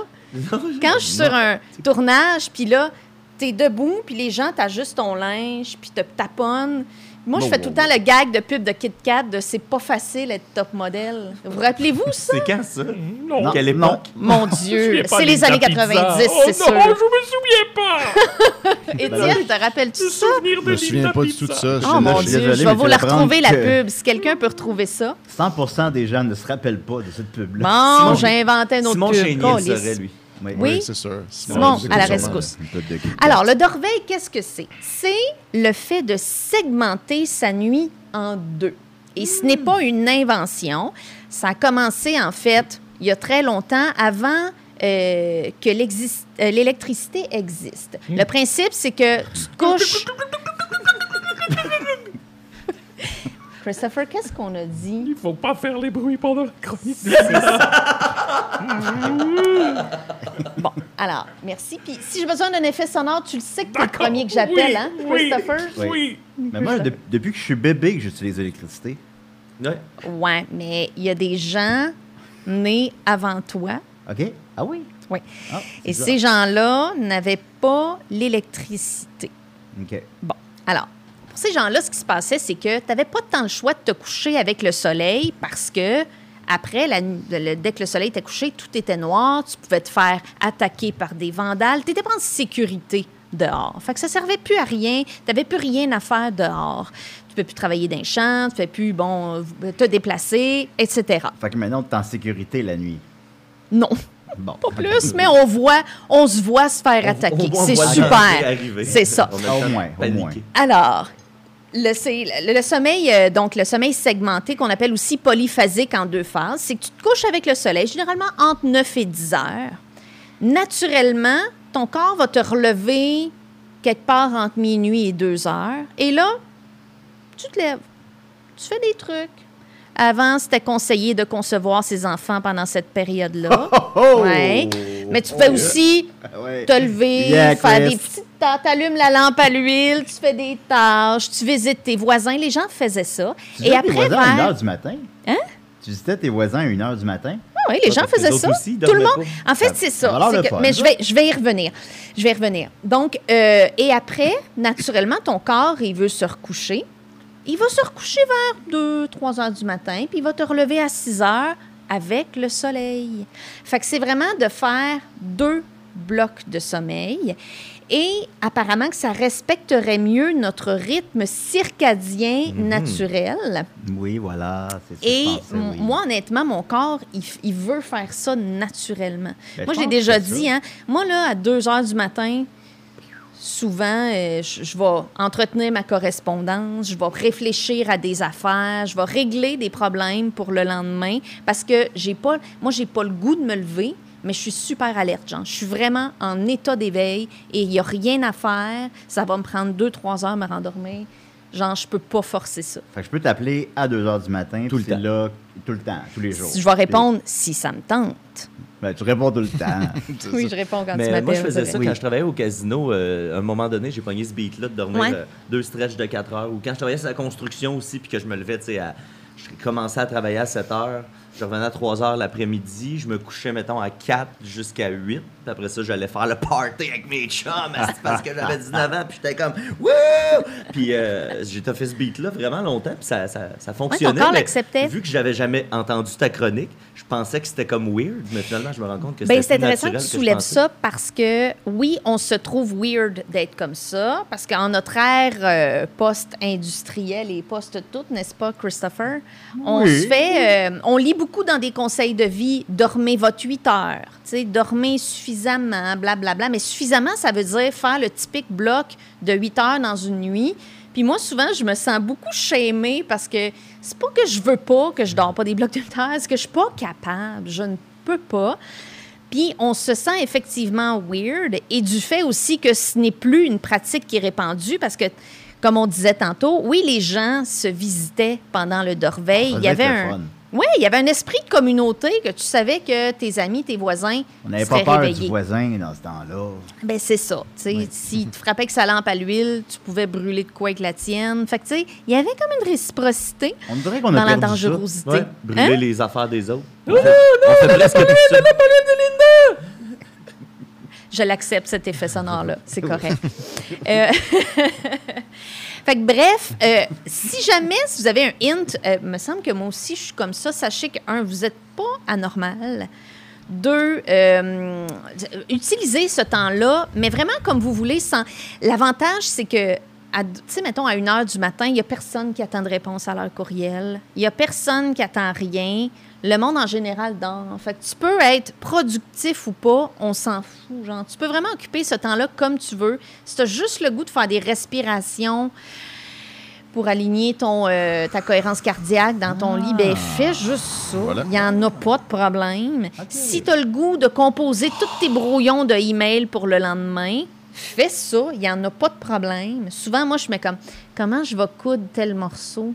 Speaker 5: Quand je suis sur un tournage, puis là, t'es debout, puis les gens t'ajustent ton linge, puis te taponnent. Moi, je
Speaker 3: Wow,
Speaker 5: fais tout le temps le gag de pub de Kit Kat de c'est pas facile être top modèle. Vous rappelez-vous ça?
Speaker 2: C'est quand ça?
Speaker 7: Non.
Speaker 3: Non,
Speaker 2: Quelle
Speaker 3: non.
Speaker 2: époque?
Speaker 5: Mon
Speaker 7: Je me souviens
Speaker 5: Dieu,
Speaker 7: pas
Speaker 5: c'est
Speaker 7: des
Speaker 5: les années
Speaker 7: Pizza.
Speaker 5: 90,
Speaker 7: Oh
Speaker 5: c'est
Speaker 7: non, je
Speaker 5: sûr.
Speaker 7: me souviens pas!
Speaker 5: Étienne, te
Speaker 7: Le
Speaker 5: rappelles-tu ça?
Speaker 7: souvenir
Speaker 6: Je
Speaker 7: de
Speaker 6: me souviens pas du tout de ça.
Speaker 5: Oh
Speaker 3: là,
Speaker 5: mon
Speaker 3: je suis
Speaker 5: Dieu,
Speaker 3: désolé,
Speaker 5: je vais
Speaker 3: mais
Speaker 5: vous
Speaker 3: tu
Speaker 5: la
Speaker 3: vas
Speaker 5: retrouver la
Speaker 3: prendre que-
Speaker 5: pub. Si quelqu'un peut retrouver ça.
Speaker 3: 100% des gens ne se rappellent pas de cette pub-là.
Speaker 2: Simon-
Speaker 5: Bon, j'inventais notre
Speaker 2: Simon
Speaker 5: pub.
Speaker 2: Chénier le
Speaker 5: Calisse.
Speaker 2: serait, lui.
Speaker 5: Oui.
Speaker 6: c'est sûr. Sinon,
Speaker 5: Simon,
Speaker 6: je vous
Speaker 5: à la
Speaker 6: écoute sûrement.
Speaker 5: rescousse.
Speaker 3: Une tête de cul.
Speaker 5: Alors, le dorveil, qu'est-ce que c'est? C'est le fait de segmenter sa nuit en deux. Et ce n'est pas une invention. Ça a commencé, en fait, il y a très longtemps, avant euh, que l'exis- euh, l'électricité existe.
Speaker 7: Hmm.
Speaker 5: Le principe, c'est que tu te couches... Christopher, qu'est-ce qu'on a dit?
Speaker 7: Il faut pas faire les bruits pendant la chronique.
Speaker 5: Bon, alors, merci. Puis si j'ai besoin d'un effet sonore, tu le sais que t'es le
Speaker 7: D'accord.
Speaker 5: premier que j'appelle,
Speaker 7: Oui,
Speaker 5: hein,
Speaker 7: oui,
Speaker 5: Christopher?
Speaker 7: Oui.
Speaker 3: Mais moi, de- depuis que je suis bébé que j'utilise l'électricité,
Speaker 2: Ouais.
Speaker 5: Ouais, mais il y a des gens nés avant toi.
Speaker 3: OK? Ah oui?
Speaker 5: Oui.
Speaker 3: Ah,
Speaker 5: Et
Speaker 3: ça.
Speaker 5: ces gens-là n'avaient pas l'électricité.
Speaker 3: OK.
Speaker 5: Bon, alors, pour ces gens-là, ce qui se passait, c'est que tu n'avais pas tant le choix de te coucher avec le soleil parce que après, la nu- le- dès que le soleil était couché, tout était noir, tu pouvais te faire attaquer par des vandales, tu n'étais pas en sécurité dehors. Fait que ça servait plus à rien, tu n'avais plus rien à faire dehors. Tu peux plus travailler dans les champs, tu peux plus, bon, euh, te déplacer, etc.
Speaker 3: Fait que maintenant, t'es en sécurité la nuit.
Speaker 5: Non.
Speaker 3: Bon.
Speaker 5: Pas
Speaker 3: (laughs)
Speaker 5: plus, mais on voit, on se voit se faire attaquer.
Speaker 2: On- on
Speaker 5: C'est
Speaker 2: voit l'arrivée
Speaker 5: super.
Speaker 2: arriver.
Speaker 5: C'est ça.
Speaker 2: On a le temps
Speaker 3: Au
Speaker 2: de
Speaker 3: moins, au
Speaker 2: paniquer.
Speaker 3: moins.
Speaker 5: Alors, le, c'est- le- le sommeil, euh, donc le sommeil segmenté, qu'on appelle aussi polyphasique en deux phases, c'est que tu te couches avec le soleil, généralement entre 9 et 10 heures. Naturellement, ton corps va te relever quelque part entre minuit et 2 heures. Et là, tu te lèves, tu fais des trucs. Avant, c'était conseillé de concevoir ses enfants pendant cette période-là. Ouais. Mais tu peux aussi
Speaker 3: Ah Ouais.
Speaker 5: te lever,
Speaker 3: Yeah,
Speaker 5: faire
Speaker 3: Chris.
Speaker 5: des petites tâches, t'allumes la lampe à l'huile, tu fais des tâches, tu visites tes voisins. Les gens faisaient ça.
Speaker 3: Tu
Speaker 5: Et
Speaker 3: visitais tes
Speaker 5: après,
Speaker 3: voisins à 1
Speaker 5: vers-
Speaker 3: heure du matin?
Speaker 5: Hein?
Speaker 3: Tu visitais tes voisins à 1 heure du matin?
Speaker 5: Ah oui, les gens
Speaker 2: parce que les
Speaker 5: faisaient
Speaker 2: autres
Speaker 5: ça.
Speaker 2: aussi, ils
Speaker 5: Tout le
Speaker 2: dormaient
Speaker 5: monde. En fait, c'est ça.
Speaker 3: Alors,
Speaker 5: C'est
Speaker 3: le
Speaker 5: que-
Speaker 3: fun.
Speaker 5: mais je vais, je vais y revenir. Je vais y revenir. Donc, euh, et après, naturellement, ton corps, il veut se recoucher. Il va se recoucher vers 2, 3 heures du matin, puis il va te relever à 6 heures avec le soleil. Fait que c'est vraiment de faire deux blocs de sommeil. Et apparemment que ça respecterait mieux notre rythme circadien naturel.
Speaker 3: Oui, voilà. c'est ce que
Speaker 5: Et
Speaker 3: je pensais,
Speaker 5: m-
Speaker 3: oui.
Speaker 5: moi, honnêtement, mon corps, il, f- il veut faire ça naturellement.
Speaker 3: Ben,
Speaker 5: moi,
Speaker 3: je
Speaker 5: j'ai
Speaker 3: pense
Speaker 5: déjà
Speaker 3: que c'est
Speaker 5: dit,
Speaker 3: ça.
Speaker 5: hein, moi, là, à 2 heures du matin, souvent, euh, je je vais entretenir ma correspondance, je vais réfléchir à des affaires, je vais régler des problèmes pour le lendemain parce que j'ai pas, moi, j'ai pas le goût de me lever, mais je suis super alerte, genre. Je suis vraiment en état d'éveil et il n'y a rien à faire. Ça va me prendre deux, trois heures à me rendormir. Genre, je peux pas forcer ça.
Speaker 3: Fait que je peux t'appeler à 2 h du matin.
Speaker 2: Tout
Speaker 3: Tout
Speaker 2: le
Speaker 3: le
Speaker 2: temps.
Speaker 3: là tout le temps, tous les jours.
Speaker 5: Je vais répondre si ça me tente.
Speaker 3: Puis- ben, tu réponds tout le temps.
Speaker 6: C'est
Speaker 5: Oui,
Speaker 6: ça.
Speaker 5: je réponds quand tu
Speaker 2: Mais
Speaker 5: m'appelles.
Speaker 2: moi, je faisais
Speaker 5: c'est
Speaker 2: ça
Speaker 5: vrai.
Speaker 2: quand je travaillais au casino. euh, à un moment donné, j'ai pogné ce beat-là de dormir
Speaker 5: Ouais.
Speaker 2: euh, deux stretches de 4 heures. Ou quand je travaillais sur la construction aussi, puis que je me levais, tu sais, à- je commençais à travailler à 7 heures. Je revenais à 3 heures l'après-midi. Je me couchais, mettons, à 4 jusqu'à 8. Puis après ça, j'allais faire le party avec mes chums. (laughs) asti, parce que j'avais 19 ans, puis j'étais comme Wouh! Puis euh, j'ai fait ce beat-là vraiment longtemps, puis ça, ça, ça fonctionnait.
Speaker 5: corps
Speaker 2: mais
Speaker 5: l'acceptait.
Speaker 2: Vu que j'avais jamais entendu ta chronique, je pensais que c'était comme weird, mais finalement, je me rends compte que
Speaker 5: Ben,
Speaker 2: c'était
Speaker 5: c'est
Speaker 2: plus
Speaker 5: intéressant que
Speaker 2: naturel
Speaker 5: tu
Speaker 2: je
Speaker 5: soulèves
Speaker 2: pensais.
Speaker 5: ça parce que, oui, on se trouve weird d'être comme ça, parce qu'en notre ère euh, post-industrielle et post-tout, n'est-ce pas, Christopher? On
Speaker 3: Oui.
Speaker 5: se fait... euh, on lit beaucoup dans des conseils de vie, dormez votre 8 heures, tu sais, dormez suffisamment, blablabla. Mais suffisamment, ça veut dire faire le typique bloc de 8 heures dans une nuit. Puis moi, souvent, je me sens beaucoup shamée parce que c'est pas que je veux pas que je dors pas des blocs de 8 heures, c'est que je suis pas capable, je ne peux pas. Puis on se sent effectivement weird et du fait aussi que ce n'est plus une pratique qui est répandue parce que, comme on disait tantôt, oui, les gens se visitaient pendant le dorveil.
Speaker 3: Ça
Speaker 5: Il
Speaker 3: doit
Speaker 5: y avait
Speaker 3: être le
Speaker 5: un.
Speaker 3: fun.
Speaker 5: Oui, il y avait un esprit de communauté que tu savais que tes amis, tes voisins
Speaker 3: On n'avait pas
Speaker 5: seraient
Speaker 3: peur du
Speaker 5: réveillés.
Speaker 3: voisin dans ce temps-là.
Speaker 5: Ben c'est ça. Tu sais, S'il te frappait avec sa lampe à l'huile, tu pouvais brûler de quoi avec la tienne. Fait que, tu sais, il y avait comme une réciprocité
Speaker 3: On dirait qu'on a
Speaker 5: dans la
Speaker 3: perdu ça.
Speaker 5: dangerosité.
Speaker 2: Ouais, brûler
Speaker 5: Hein?
Speaker 2: les affaires des autres. on fait, on fait presque plus ça.
Speaker 5: Je l'accepte, cet effet sonore-là. C'est correct. Euh, (laughs) fait que bref, euh, si jamais si vous avez un hint, euh, me semble que moi aussi je suis comme ça, sachez que, un, vous n'êtes pas anormal. Deux, euh, utilisez ce temps-là, mais vraiment comme vous voulez. Sans... L'avantage, c'est que, à- tu sais, mettons, à une heure du matin, il n'y a personne qui attend de réponse à leur courriel. Il n'y a personne qui attend rien. Le monde en général dort. Fait que tu peux être productif ou pas, on s'en fout. Genre, tu peux vraiment occuper ce temps-là comme tu veux. Si tu as juste le goût de faire des respirations pour aligner ton, euh, ta cohérence cardiaque dans ton lit, ben fais juste
Speaker 6: Ah.
Speaker 5: ça.
Speaker 6: Voilà.
Speaker 5: Il n'y en a pas de problème. Si tu as le goût de composer tous tes brouillons de email pour le lendemain, fais ça. Il n'y en a pas de problème. Souvent, moi, je mets comme comment je vais coudre tel morceau.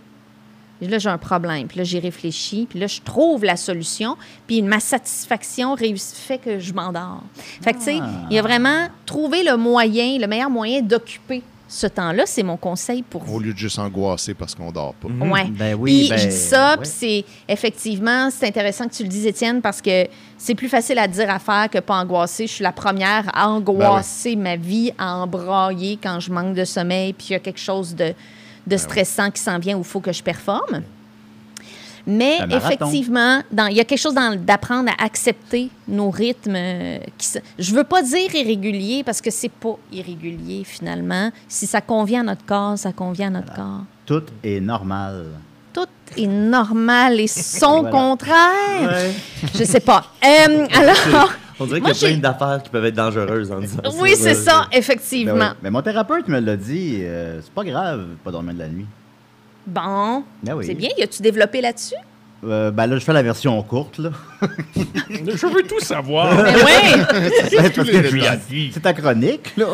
Speaker 5: Puis Là, j'ai un problème. Puis là, j'y réfléchis. Puis là, je trouve la solution. Puis ma satisfaction réussi- fait que je m'endors. Fait que, tu sais, il y
Speaker 6: Ah.
Speaker 5: a vraiment trouver le moyen, le meilleur moyen d'occuper ce temps-là. C'est mon conseil pour
Speaker 6: Au
Speaker 5: vous.
Speaker 6: lieu de juste angoisser parce qu'on dort pas.
Speaker 5: Ouais.
Speaker 3: Ben oui,
Speaker 5: Puis,
Speaker 3: ben,
Speaker 5: je dis ça,
Speaker 3: ouais.
Speaker 5: puis c'est effectivement, c'est intéressant que tu le dises, Étienne, parce que c'est plus facile à dire à faire que pas angoisser. Je suis la première à
Speaker 3: Ben
Speaker 5: angoisser ma vie, à embrailler quand je manque de sommeil, puis il y a quelque chose
Speaker 3: Ben
Speaker 5: de, de stressant qui s'en vient où il faut que je performe. Mais
Speaker 3: Un marathon.
Speaker 5: effectivement, dans- il y a quelque chose dans- d'apprendre à accepter nos rythmes. euh, qui se- je veux pas dire irrégulier parce que c'est pas irrégulier finalement. Si ça convient à notre corps, ça convient à notre corps
Speaker 3: Tout est normal.
Speaker 5: tout est normal et son
Speaker 3: Voilà.
Speaker 5: contraire. Je sais pas.
Speaker 3: (laughs)
Speaker 5: Euh, alors,
Speaker 2: On dirait qu'il
Speaker 5: Moi,
Speaker 2: y a plein
Speaker 5: j'ai-
Speaker 2: d'affaires qui peuvent être dangereuses en disant ça.
Speaker 5: oui, c'est ça,
Speaker 3: Ben oui.
Speaker 5: effectivement.
Speaker 3: Mais mon thérapeute me l'a dit, euh, c'est pas grave de pas dormir de la nuit.
Speaker 5: Bon,
Speaker 3: Ben oui.
Speaker 5: c'est bien. Y a-tu
Speaker 3: (laughs)
Speaker 5: développé là-dessus?
Speaker 3: Euh, ben là, je fais la version courte,
Speaker 6: (laughs)
Speaker 3: là.
Speaker 7: Je veux tout savoir.
Speaker 5: Ben oui!
Speaker 3: (laughs) Parce que
Speaker 6: les
Speaker 3: je-
Speaker 6: détails.
Speaker 3: c'est ta chronique, là.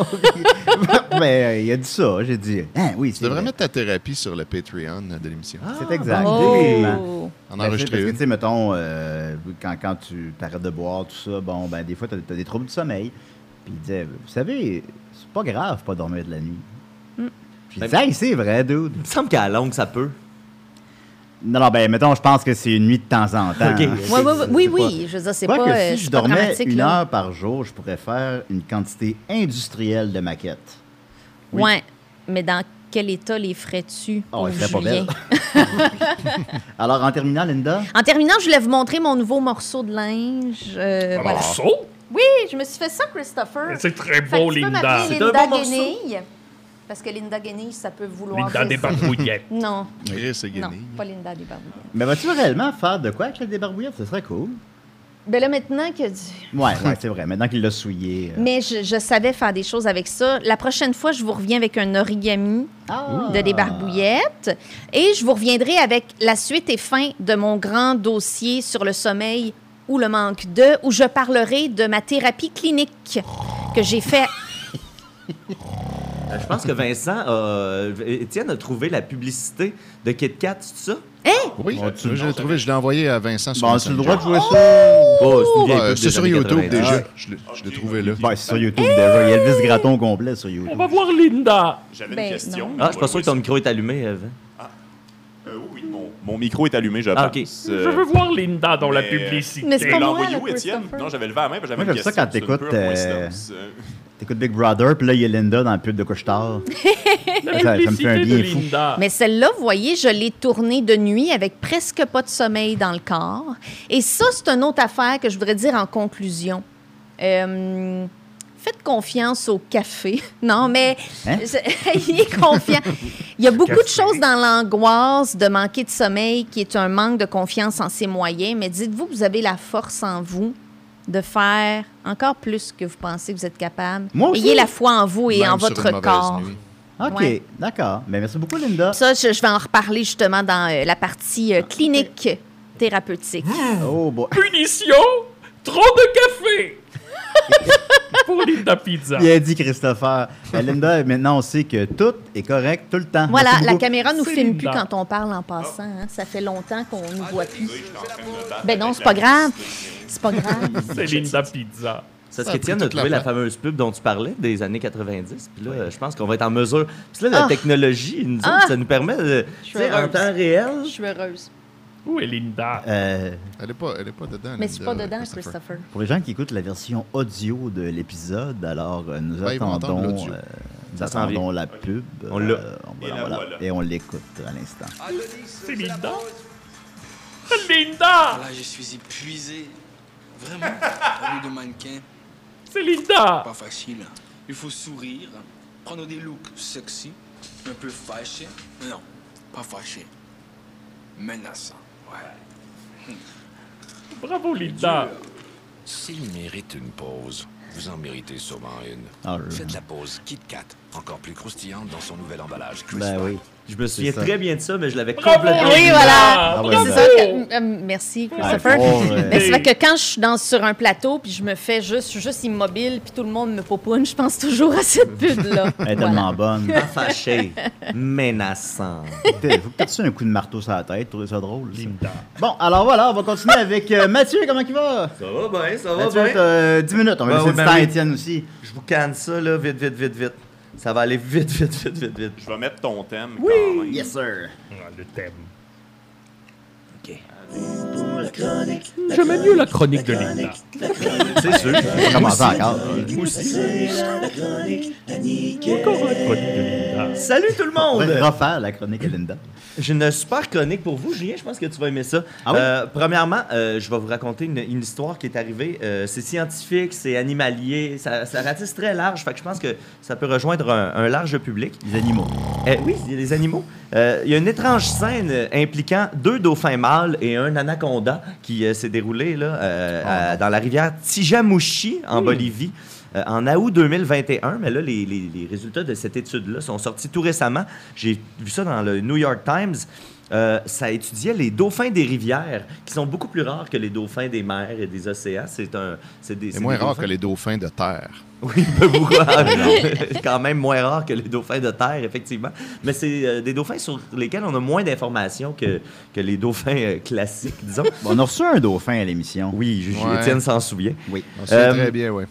Speaker 3: (laughs) Mais euh, il a dit ça, j'ai dit. Ah oui,
Speaker 6: Tu
Speaker 3: c'est
Speaker 6: devrais
Speaker 3: vrai.
Speaker 6: mettre ta thérapie sur le Patreon de l'émission.
Speaker 5: Ah,
Speaker 3: C'est exact. effectivement. Ben,
Speaker 6: en
Speaker 5: Oh!
Speaker 3: tu sais, parce
Speaker 6: enregistrer
Speaker 3: que,
Speaker 6: une.
Speaker 3: tu sais, mettons, euh, quand, quand tu arrêtes de boire, tout ça, bon, ben, des fois, tu as, des troubles du sommeil. Puis il disait, vous savez, c'est pas grave pas dormir de la nuit.
Speaker 5: Mm.
Speaker 3: Puis il
Speaker 2: Ben,
Speaker 3: disait, Hey, c'est vrai, dude.
Speaker 2: Il me semble qu'à la longue, ça peut.
Speaker 3: Non, non, ben, mettons, je pense que c'est une nuit de temps en
Speaker 6: Ah.
Speaker 3: temps.
Speaker 2: Ok.
Speaker 5: Ouais, ouais, ouais, oui, oui, je veux dire, c'est
Speaker 3: Quoi
Speaker 5: pas,
Speaker 3: que
Speaker 5: euh,
Speaker 3: si je
Speaker 5: c'est pas
Speaker 3: dormais
Speaker 5: dramatique,
Speaker 3: une
Speaker 5: là.
Speaker 3: heure par jour, je pourrais faire une quantité industrielle de maquettes. oui.
Speaker 5: Ouais, mais dans quel état les ferais-tu,
Speaker 3: Oh,
Speaker 5: pauvre
Speaker 3: elle serait pas
Speaker 5: Julien?
Speaker 3: belle. (laughs) Alors, en terminant, Linda,
Speaker 5: En terminant, je voulais vous montrer mon nouveau morceau de linge. Euh,
Speaker 3: Ah,
Speaker 7: Un
Speaker 5: voilà.
Speaker 7: morceau?
Speaker 5: Oui, je me suis fait ça, Christopher.
Speaker 7: C'est très
Speaker 5: Fait
Speaker 7: beau,
Speaker 5: que tu peux
Speaker 7: Linda.
Speaker 5: m'appeler
Speaker 2: C'est un
Speaker 5: Linda
Speaker 2: bon morceau.
Speaker 5: Guenille, parce que Linda Guenille, ça peut vouloir
Speaker 7: Linda
Speaker 5: dire
Speaker 7: des
Speaker 5: ça.
Speaker 7: barbouillettes.
Speaker 5: Non,
Speaker 6: Chris et
Speaker 5: non,
Speaker 6: Guenille.
Speaker 5: pas Linda des barbouillettes.
Speaker 3: mais vas-tu réellement faire de quoi avec la débarbouillette? Ce serait cool.
Speaker 5: Ben là, maintenant que du-
Speaker 3: Ouais, ouais, c'est vrai. Maintenant qu'il l'a souillé. euh,
Speaker 5: Mais je, je savais faire des choses avec ça. La prochaine fois, je vous reviens avec un origami de débarbouillette et je vous reviendrai avec la suite et fin de mon grand dossier sur le sommeil ou le manque de, où je parlerai de ma thérapie clinique que j'ai fait.
Speaker 2: Euh, Je pense que Vincent, euh, Étienne a trouvé la publicité de Kit Kat, c'est ça?
Speaker 6: Oui, je l'ai trouvé, je l'ai envoyé à Vincent sur
Speaker 3: Bon, Bah, c'est le
Speaker 6: Messenger.
Speaker 3: droit de jouer ça.
Speaker 2: Oh, une vieille
Speaker 6: Ouais,
Speaker 2: pub
Speaker 6: C'est
Speaker 2: des
Speaker 6: sur
Speaker 2: années
Speaker 6: YouTube
Speaker 2: 90.
Speaker 6: déjà. Je l'ai- je l'ai trouvé là.
Speaker 3: Ben, c'est sur YouTube déjà. Il y a Elvis Graton au complet sur
Speaker 7: On
Speaker 3: YouTube.
Speaker 7: va voir Linda.
Speaker 8: J'avais
Speaker 5: Ben,
Speaker 8: une question.
Speaker 2: Ah, je suis pas sûr
Speaker 8: Oui,
Speaker 2: que ton micro est allumé, Evan.
Speaker 8: oui, euh, oui, mon, mon micro est allumé, je
Speaker 2: Ah,
Speaker 8: pense.
Speaker 2: ok.
Speaker 8: Euh,
Speaker 7: Je veux voir Linda dans la
Speaker 8: mais-
Speaker 7: publicité.
Speaker 5: Mais c'est
Speaker 8: Tu
Speaker 5: pas
Speaker 8: l'as
Speaker 5: moi,
Speaker 8: envoyé
Speaker 5: le
Speaker 8: où, Étienne?
Speaker 5: Christopher.
Speaker 8: Non, j'avais levé la main, mais j'avais
Speaker 3: Moi,
Speaker 8: une
Speaker 3: j'aime
Speaker 8: question.
Speaker 3: ça quand
Speaker 8: C'est une
Speaker 3: t'écoutes,
Speaker 8: pure
Speaker 3: euh,
Speaker 8: coïncidence. Euh,
Speaker 3: T'écoutes Big Brother, puis là, il y a Linda dans la pub de Couche-Tard. ça
Speaker 7: La
Speaker 3: me fait un
Speaker 7: publicité de
Speaker 3: bien fou.
Speaker 7: Linda.
Speaker 5: Mais celle-là, vous voyez, je l'ai tournée de nuit avec presque pas de sommeil dans le corps. Et ça, c'est une autre affaire que je voudrais dire en conclusion. Euh, faites confiance au café. (laughs) Non, mais
Speaker 3: Hein?
Speaker 5: je- (laughs) ayez confiance. Il y a beaucoup de choses dans l'angoisse de manquer de sommeil qui est un manque de confiance en ses moyens, mais dites-vous que vous avez la force en vous de faire encore plus que vous pensez que vous êtes capable.
Speaker 3: Moi aussi.
Speaker 5: Ayez la foi en vous et
Speaker 6: Même
Speaker 5: en
Speaker 6: sur une
Speaker 5: votre
Speaker 6: mauvaise
Speaker 5: corps.
Speaker 6: nuit.
Speaker 3: OK,
Speaker 5: Ouais.
Speaker 3: d'accord. Mais merci beaucoup, Linda.
Speaker 5: Ça, je, je vais en reparler justement dans euh, la partie euh, clinique thérapeutique.
Speaker 3: Oh, bon.
Speaker 7: Punition, trop de café. Pour Linda Pizza.
Speaker 3: Bien dit, Christopher. Euh, Linda, maintenant, on sait que tout est correct tout le temps.
Speaker 5: Voilà,
Speaker 3: Merci
Speaker 5: la
Speaker 3: beaucoup.
Speaker 5: caméra nous
Speaker 7: C'est
Speaker 5: filme plus
Speaker 7: Linda.
Speaker 5: quand on parle en passant. hein. Ça fait longtemps qu'on nous voit plus.
Speaker 8: oui, j'étais en train de me battre
Speaker 5: Ben non,
Speaker 8: avec
Speaker 5: c'est
Speaker 8: la
Speaker 5: pas grave.
Speaker 8: publicité.
Speaker 5: C'est pas grave.
Speaker 7: C'est Linda Pizza.
Speaker 2: C'est
Speaker 6: Ça
Speaker 2: parce
Speaker 6: a
Speaker 2: qu'Étienne
Speaker 6: pris
Speaker 2: a
Speaker 6: toute la
Speaker 2: trouvé la
Speaker 6: place.
Speaker 2: fameuse pub dont tu parlais des années 90. Puis là, euh, je pense qu'on va être en mesure. Puis là, la
Speaker 5: Ah.
Speaker 2: technologie, nous autres,
Speaker 5: Ah.
Speaker 2: ça nous permet de.
Speaker 5: Je
Speaker 2: Tu
Speaker 5: suis
Speaker 2: sais, en
Speaker 5: heureuse.
Speaker 2: temps réel.
Speaker 5: Je suis heureuse.
Speaker 7: Où est Linda?
Speaker 3: Euh,
Speaker 6: Elle est pas, elle est pas dedans.
Speaker 5: Mais je suis pas
Speaker 6: Linda,
Speaker 5: dedans, Christopher.
Speaker 3: pour les gens qui écoutent la version audio de l'épisode, alors euh, nous
Speaker 6: Ben, ils vont entendre
Speaker 3: attendons,
Speaker 6: l'audio.
Speaker 3: euh, nous
Speaker 2: Ça s'en
Speaker 3: attendons la pub. Euh,
Speaker 2: On l'a.
Speaker 3: on va-
Speaker 8: Et la
Speaker 3: voilà.
Speaker 8: voilà.
Speaker 3: Et on l'écoute à l'instant.
Speaker 7: C'est Linda. Linda!
Speaker 10: Ah Là, je suis épuisé. Vraiment, (laughs) la vie de mannequin,
Speaker 7: C'est Linda!
Speaker 10: pas facile. Il faut sourire, prendre des looks sexy, un peu fâché. Mais non, pas fâché. Menaçant. Ouais.
Speaker 7: Bravo Linda!
Speaker 10: S'il mérite une pause, vous en méritez sûrement une.
Speaker 3: Ah,
Speaker 11: euh.
Speaker 3: je-
Speaker 10: la pause Kit Kat, encore plus croustillante dans son nouvel emballage.
Speaker 3: Ben oui.
Speaker 2: Je me souviens
Speaker 3: ça.
Speaker 2: très bien de ça, mais je l'avais
Speaker 7: Bravo!
Speaker 2: complètement.
Speaker 5: Oui, voilà.
Speaker 3: Ah,
Speaker 5: Mais
Speaker 3: ouais,
Speaker 5: c'est
Speaker 3: ben.
Speaker 5: ça que- euh, merci, Christopher.
Speaker 3: Ouais, bon, ouais.
Speaker 5: Mais c'est vrai que quand je suis dans, sur un plateau puis je me fais juste, je suis juste immobile puis tout le monde me popoune, je pense toujours à cette pub-là.
Speaker 3: Elle est
Speaker 5: Voilà.
Speaker 3: tellement bonne.
Speaker 5: (laughs)
Speaker 2: Fâché, menaçant.
Speaker 3: Écoutez, Vous peut-être un coup de marteau sur la tête, trouvez ça drôle. ça. Bon, alors voilà, on va continuer avec euh, Mathieu, comment il va?
Speaker 2: Ça va bien, ça
Speaker 3: Mathieu, t'as 10 minutes, on va
Speaker 2: Ben
Speaker 3: laisser
Speaker 2: oui,
Speaker 3: du
Speaker 2: ben
Speaker 3: temps à
Speaker 2: oui.
Speaker 3: Étienne aussi.
Speaker 2: Je vous canne ça, là, vite, vite, vite, vite. Ça va aller vite, vite, vite, vite, vite.
Speaker 8: Je vais mettre ton thème. quand même.
Speaker 3: Yes, sir.
Speaker 7: Ah, le thème. Ok. J'aimais mieux la chronique de Linda.
Speaker 2: C'est sûr.
Speaker 3: On commence encore.
Speaker 7: Encore la chronique de Linda.
Speaker 2: Salut tout le
Speaker 3: On
Speaker 2: monde!
Speaker 3: va refaire la chronique à Linda.
Speaker 2: J'ai une super chronique pour vous, Julien. Je pense que tu vas aimer ça.
Speaker 3: Ah oui?
Speaker 2: Euh, premièrement, euh, je vais vous raconter une, une histoire qui est arrivée. Euh, c'est scientifique, c'est animalier, ça, ça ratisse très large. Fait que je pense que ça peut rejoindre un, un large public.
Speaker 3: Les animaux.
Speaker 2: Euh, oui, il y a des animaux. Euh, Il y a une étrange scène euh, impliquant deux dauphins mâles et un anaconda qui euh, s'est déroulée là, euh,
Speaker 3: Ah.
Speaker 2: à- dans la rivière Tijamushi,
Speaker 3: Hmm.
Speaker 2: en Bolivie, euh, en août 2021. Mais là, les, les- les résultats de cette étude-là sont sortis tout récemment. J'ai vu ça dans le New York Times. Euh, ça étudiait les dauphins des rivières, qui sont beaucoup plus rares que les dauphins des mers et des océans. C'est un, c'est des,
Speaker 6: C'est
Speaker 2: c'est
Speaker 6: moins
Speaker 2: des
Speaker 6: rare
Speaker 2: dauphins-
Speaker 6: que les dauphins de terre.
Speaker 2: oui, peu beaucoup rare. quand même moins rare que les dauphins de terre, effectivement. Mais c'est euh, des dauphins sur lesquels on a moins d'informations que, que les dauphins euh, classiques, disons.
Speaker 3: Bon, on a reçu un dauphin à l'émission.
Speaker 2: Oui, Juju
Speaker 6: Ouais.
Speaker 2: Étienne s'en souvient.
Speaker 3: Oui.
Speaker 6: On sait
Speaker 2: Euh,
Speaker 6: très bien, oui.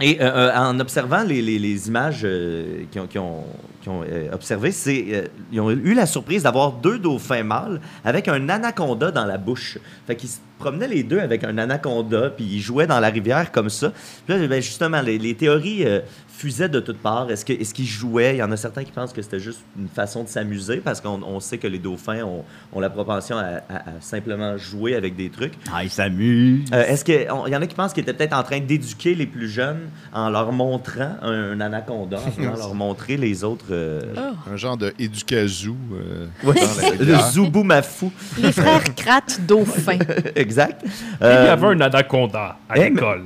Speaker 2: Et euh, euh, en observant les, les- les images euh, qui ont, qui ont, qui ont, euh, observé, c'est, euh, ils ont eu la surprise d'avoir deux dauphins mâles avec un anaconda dans la bouche. Fait qu'ils se promenaient les deux avec un anaconda, puis ils jouaient dans la rivière comme ça. Puis là, ben, justement, les, les théories euh, fusaient de toutes parts. Est-ce, que, est-ce qu'ils jouaient? Il y en a certains qui pensent que c'était juste une façon de s'amuser, parce qu'on on sait que les dauphins ont, ont la propension à- à- à simplement jouer avec des trucs.
Speaker 3: Ah, il s'amuse.
Speaker 2: Euh, Est-ce qu'il y en a qui pensent qu'ils étaient peut-être en train d'éduquer les plus jeunes en leur montrant un, un anaconda, en voulant leur montrer les autres, euh,
Speaker 7: Ah.
Speaker 6: Un genre de Educazoo. euh,
Speaker 2: ouais,
Speaker 6: dans
Speaker 7: (laughs)
Speaker 6: la
Speaker 2: le (laughs)
Speaker 6: rivière.
Speaker 2: Zoubou Mafou.
Speaker 5: Les frères Kratt dauphin.
Speaker 2: exact.
Speaker 7: Il y avait un anaconda à
Speaker 2: eh, mais-
Speaker 7: l'école.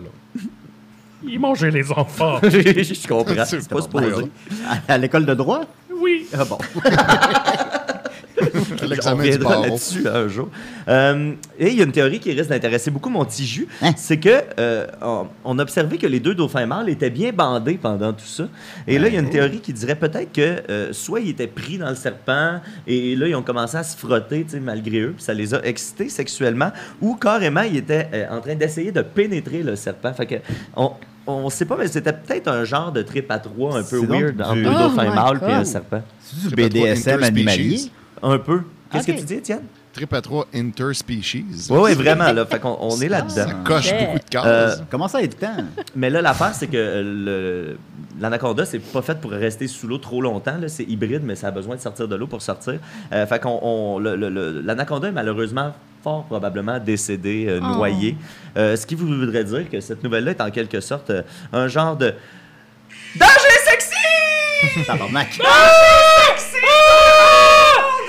Speaker 7: Il mangeait les enfants.
Speaker 2: Euh, (laughs) Je comprends. C'est pas supposé.
Speaker 7: hein.
Speaker 3: À, à l'école de droit?
Speaker 7: (laughs) Oui.
Speaker 3: Ah bon.
Speaker 2: On
Speaker 6: L'examen du
Speaker 2: reviendra
Speaker 6: barreau.
Speaker 2: là-dessus un jour. Euh, et il y a une théorie qui risque d'intéresser beaucoup mon petit jus. C'est que euh, on, on observait que les deux dauphins mâles étaient bien bandés pendant tout ça. Et là, il y a une théorie qui dirait peut-être que euh, soit ils étaient pris dans le serpent et là, ils ont commencé à se frotter tu sais, malgré eux, puis ça les a excités sexuellement, ou carrément, ils étaient euh, en train d'essayer de pénétrer le serpent. Fait que on, on sait pas, mais c'était peut-être un genre de trip à trois un peu
Speaker 3: C'est donc
Speaker 2: weird
Speaker 3: du-
Speaker 2: entre deux
Speaker 5: Oh
Speaker 2: dauphins
Speaker 5: my
Speaker 2: mâles et
Speaker 5: God.
Speaker 2: un serpent.
Speaker 3: C'est du
Speaker 6: Trip à trois
Speaker 3: BDSM
Speaker 6: interspecies.
Speaker 3: animalier?
Speaker 2: Un peu. Qu'est-ce
Speaker 5: Ok.
Speaker 2: que tu dis, Étienne?
Speaker 6: Trip à trois interspecies.
Speaker 2: Oui, oui, vraiment. Là, fait qu'on on est là-dedans.
Speaker 6: Ça coche
Speaker 5: Ok.
Speaker 6: beaucoup de
Speaker 2: Euh,
Speaker 6: cases.
Speaker 3: Comment ça être temps?
Speaker 2: (laughs) Mais là, l'affaire, c'est que euh, le- l'anaconda, c'est pas fait pour rester sous l'eau trop longtemps. là. C'est hybride, mais ça a besoin de sortir de l'eau pour sortir. Euh, fait qu'on, on- le- le- le- l'anaconda est malheureusement fort probablement décédé, euh,
Speaker 5: Oh.
Speaker 2: noyé. Euh, ce qui vous voudrait dire que cette nouvelle-là est en quelque sorte euh, un genre de danger sexy.
Speaker 3: Tabarnak.
Speaker 2: Ah,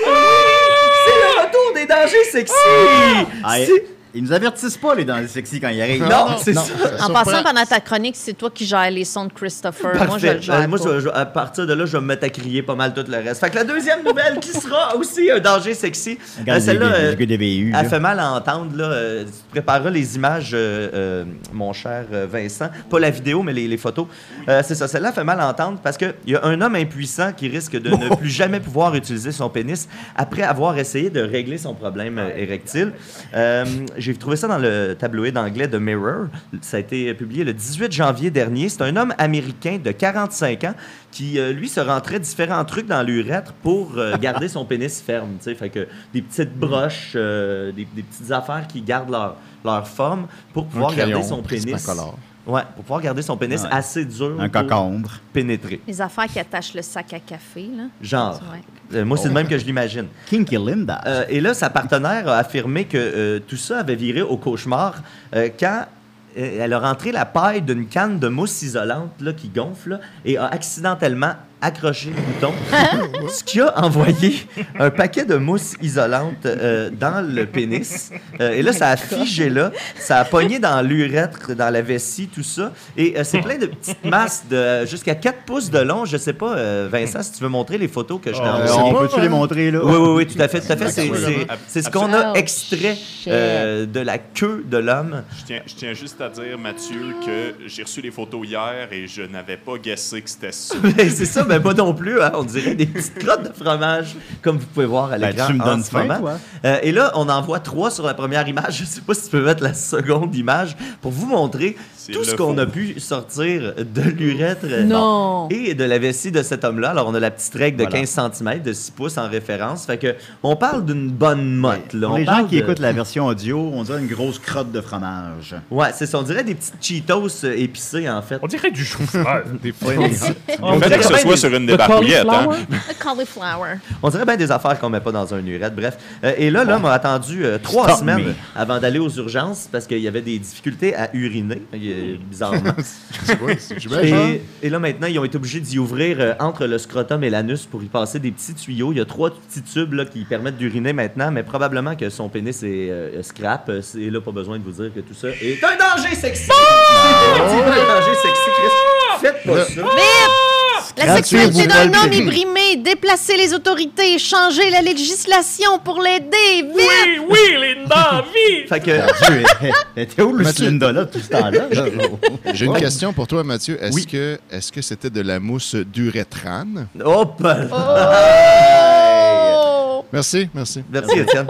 Speaker 2: C'est le retour des dangers sexy.
Speaker 3: Ah,
Speaker 2: Si-
Speaker 3: Ils nous avertissent pas, les dans sexy, quand ils arrivent.
Speaker 2: Non, c'est ça.
Speaker 5: En
Speaker 6: surprend.
Speaker 5: passant pendant ta chronique, c'est toi qui gères les sons de Christopher. Moi, je
Speaker 2: Parfait.
Speaker 5: le gère.
Speaker 2: Euh, moi,
Speaker 5: pas.
Speaker 2: je- je- à partir de là, je vais me mettre à crier pas mal tout le reste. Fait que la deuxième nouvelle qui sera aussi un danger sexy.
Speaker 3: Regarde
Speaker 2: Euh, Celle-là,
Speaker 3: les- les
Speaker 2: euh,
Speaker 3: gars des VU, là.
Speaker 2: elle fait mal à entendre. Là. Euh, Tu prépareras les images, euh, euh, mon cher euh, Vincent. Pas la vidéo, mais les, les photos. Euh, C'est ça. Celle-là fait mal à entendre parce qu'il y a un homme impuissant qui risque de
Speaker 3: (laughs)
Speaker 2: ne plus jamais pouvoir utiliser son pénis après avoir essayé de régler son problème euh, érectile. Euh, J'ai trouvé ça dans le tabloïd anglais de Mirror. Ça a été publié le 18 janvier dernier. C'est un homme américain de 45 ans qui, euh, lui, se rentrait différents trucs dans l'urètre pour
Speaker 3: (laughs)
Speaker 2: euh, garder son pénis ferme. tu sais. Fait que des petites broches, euh, des, des petites affaires qui gardent leur, leur forme pour pouvoir garder
Speaker 6: crayon
Speaker 2: son pénis.
Speaker 6: Prismacolor.
Speaker 2: Ouais, pour pouvoir garder son pénis
Speaker 3: Ouais.
Speaker 2: assez dur
Speaker 3: Un
Speaker 2: pour
Speaker 3: cocombre.
Speaker 2: pénétrer.
Speaker 5: Les affaires qui attachent le sac à café, là.
Speaker 2: Genre.
Speaker 5: Ouais.
Speaker 2: Euh, moi, c'est
Speaker 3: Oh.
Speaker 2: le même que je l'imagine.
Speaker 3: Kinky Linda.
Speaker 2: Euh, et là, sa partenaire a affirmé que euh, tout ça avait viré au cauchemar euh, quand euh, elle a rentré la paille d'une canne de mousse isolante là, qui gonfle là, et a accidentellement accroché le bouton, ce qui a envoyé un paquet de mousse isolante euh, dans le pénis. Euh, et là, ça a figé là, ça a pogné dans l'urètre, dans la vessie, tout ça. Et euh, c'est plein de petites masses de jusqu'à 4 pouces de long. Je sais pas, euh, Vincent, si tu veux montrer les photos que je t'ai
Speaker 3: Euh,
Speaker 2: envoyées.
Speaker 3: on
Speaker 6: pas,
Speaker 3: peut-tu
Speaker 6: hein?
Speaker 3: les montrer, là?
Speaker 2: Oui, oui, oui, tout à fait, tout à fait. C'est- C'est
Speaker 8: Absolument.
Speaker 2: c'est ce qu'on a
Speaker 5: Oh,
Speaker 2: extrait euh, de la queue de l'homme. (laughs)
Speaker 8: Je tiens, je tiens juste à dire, Mathieu, que j'ai reçu les photos hier et je n'avais pas guessé que c'était ça.
Speaker 2: Mais c'est ça, mais pas non plus. hein. On dirait des petites crottes de fromage, comme vous pouvez voir à
Speaker 3: Ben,
Speaker 2: l'écran
Speaker 3: tu me
Speaker 2: en
Speaker 3: donnes
Speaker 2: ce
Speaker 3: faim,
Speaker 2: moment.
Speaker 3: toi.
Speaker 2: Euh, et là, on en voit trois sur la première image. (laughs) Je sais pas si tu peux mettre la seconde image pour vous montrer
Speaker 8: C'est
Speaker 2: tout
Speaker 8: le
Speaker 2: ce qu'on
Speaker 8: faux.
Speaker 2: a pu sortir de l'urètre. euh,
Speaker 5: Non.
Speaker 2: Et de la vessie de cet homme-là. Alors, on a la petite règle de
Speaker 3: Voilà.
Speaker 2: 15 cm, de 6 pouces en référence. Fait que, on parle d'une bonne motte. Là.
Speaker 3: Ben, Pour
Speaker 2: On
Speaker 3: les
Speaker 2: parle
Speaker 3: gens qui
Speaker 2: de-
Speaker 3: écoutent la version audio, on dirait une grosse crotte de fromage.
Speaker 2: Ouais, c'est ça. On dirait des petites Cheetos euh, épicées, en fait.
Speaker 7: On dirait du chou-fleur.
Speaker 6: Des
Speaker 2: Oui,
Speaker 6: fois,
Speaker 2: on dirait-
Speaker 8: Il fallait que ce soit sur une débarbouillette. Hein?
Speaker 5: A cauliflower.
Speaker 2: On dirait bien des affaires qu'on met pas dans un urette. Bref. Euh, et là, l'homme a attendu euh, trois
Speaker 3: Stop
Speaker 2: semaines
Speaker 3: me.
Speaker 2: avant d'aller aux urgences parce qu'il y avait des difficultés à uriner, euh,
Speaker 3: (laughs)
Speaker 2: bizarrement.
Speaker 6: c'est quoi, c'est- j'imagine.
Speaker 2: et, et là, maintenant, ils ont été obligés d'y ouvrir euh, entre le scrotum et l'anus pour y passer des petits tuyaux. Il y a trois petits tubes là, qui permettent d'uriner maintenant, mais probablement que son pénis est euh, scrap. Euh, C'est là, pas besoin de vous dire que tout ça est un danger sexy. C'est effectivement un danger sexy, Chris. Faites pas ça.
Speaker 5: Vip! La
Speaker 3: Gratuit,
Speaker 5: sexualité
Speaker 3: vous
Speaker 5: d'un
Speaker 3: le
Speaker 5: homme
Speaker 3: payez.
Speaker 5: est brimée. Déplacer les autorités, changer la législation pour l'aider. Vip!
Speaker 7: Oui, oui, Linda, vite!
Speaker 2: Fait que.
Speaker 3: Dieu, elle- elle était où le
Speaker 6: Mathieu.
Speaker 3: cylinder là tout ce temps-là?
Speaker 6: J'ai une question pour toi, Mathieu. Est-ce
Speaker 2: Oui.
Speaker 6: que est-ce que c'était de la mousse d'urétrane?
Speaker 2: Hop!
Speaker 5: Oh!
Speaker 6: Merci, merci.
Speaker 2: Merci, Étienne.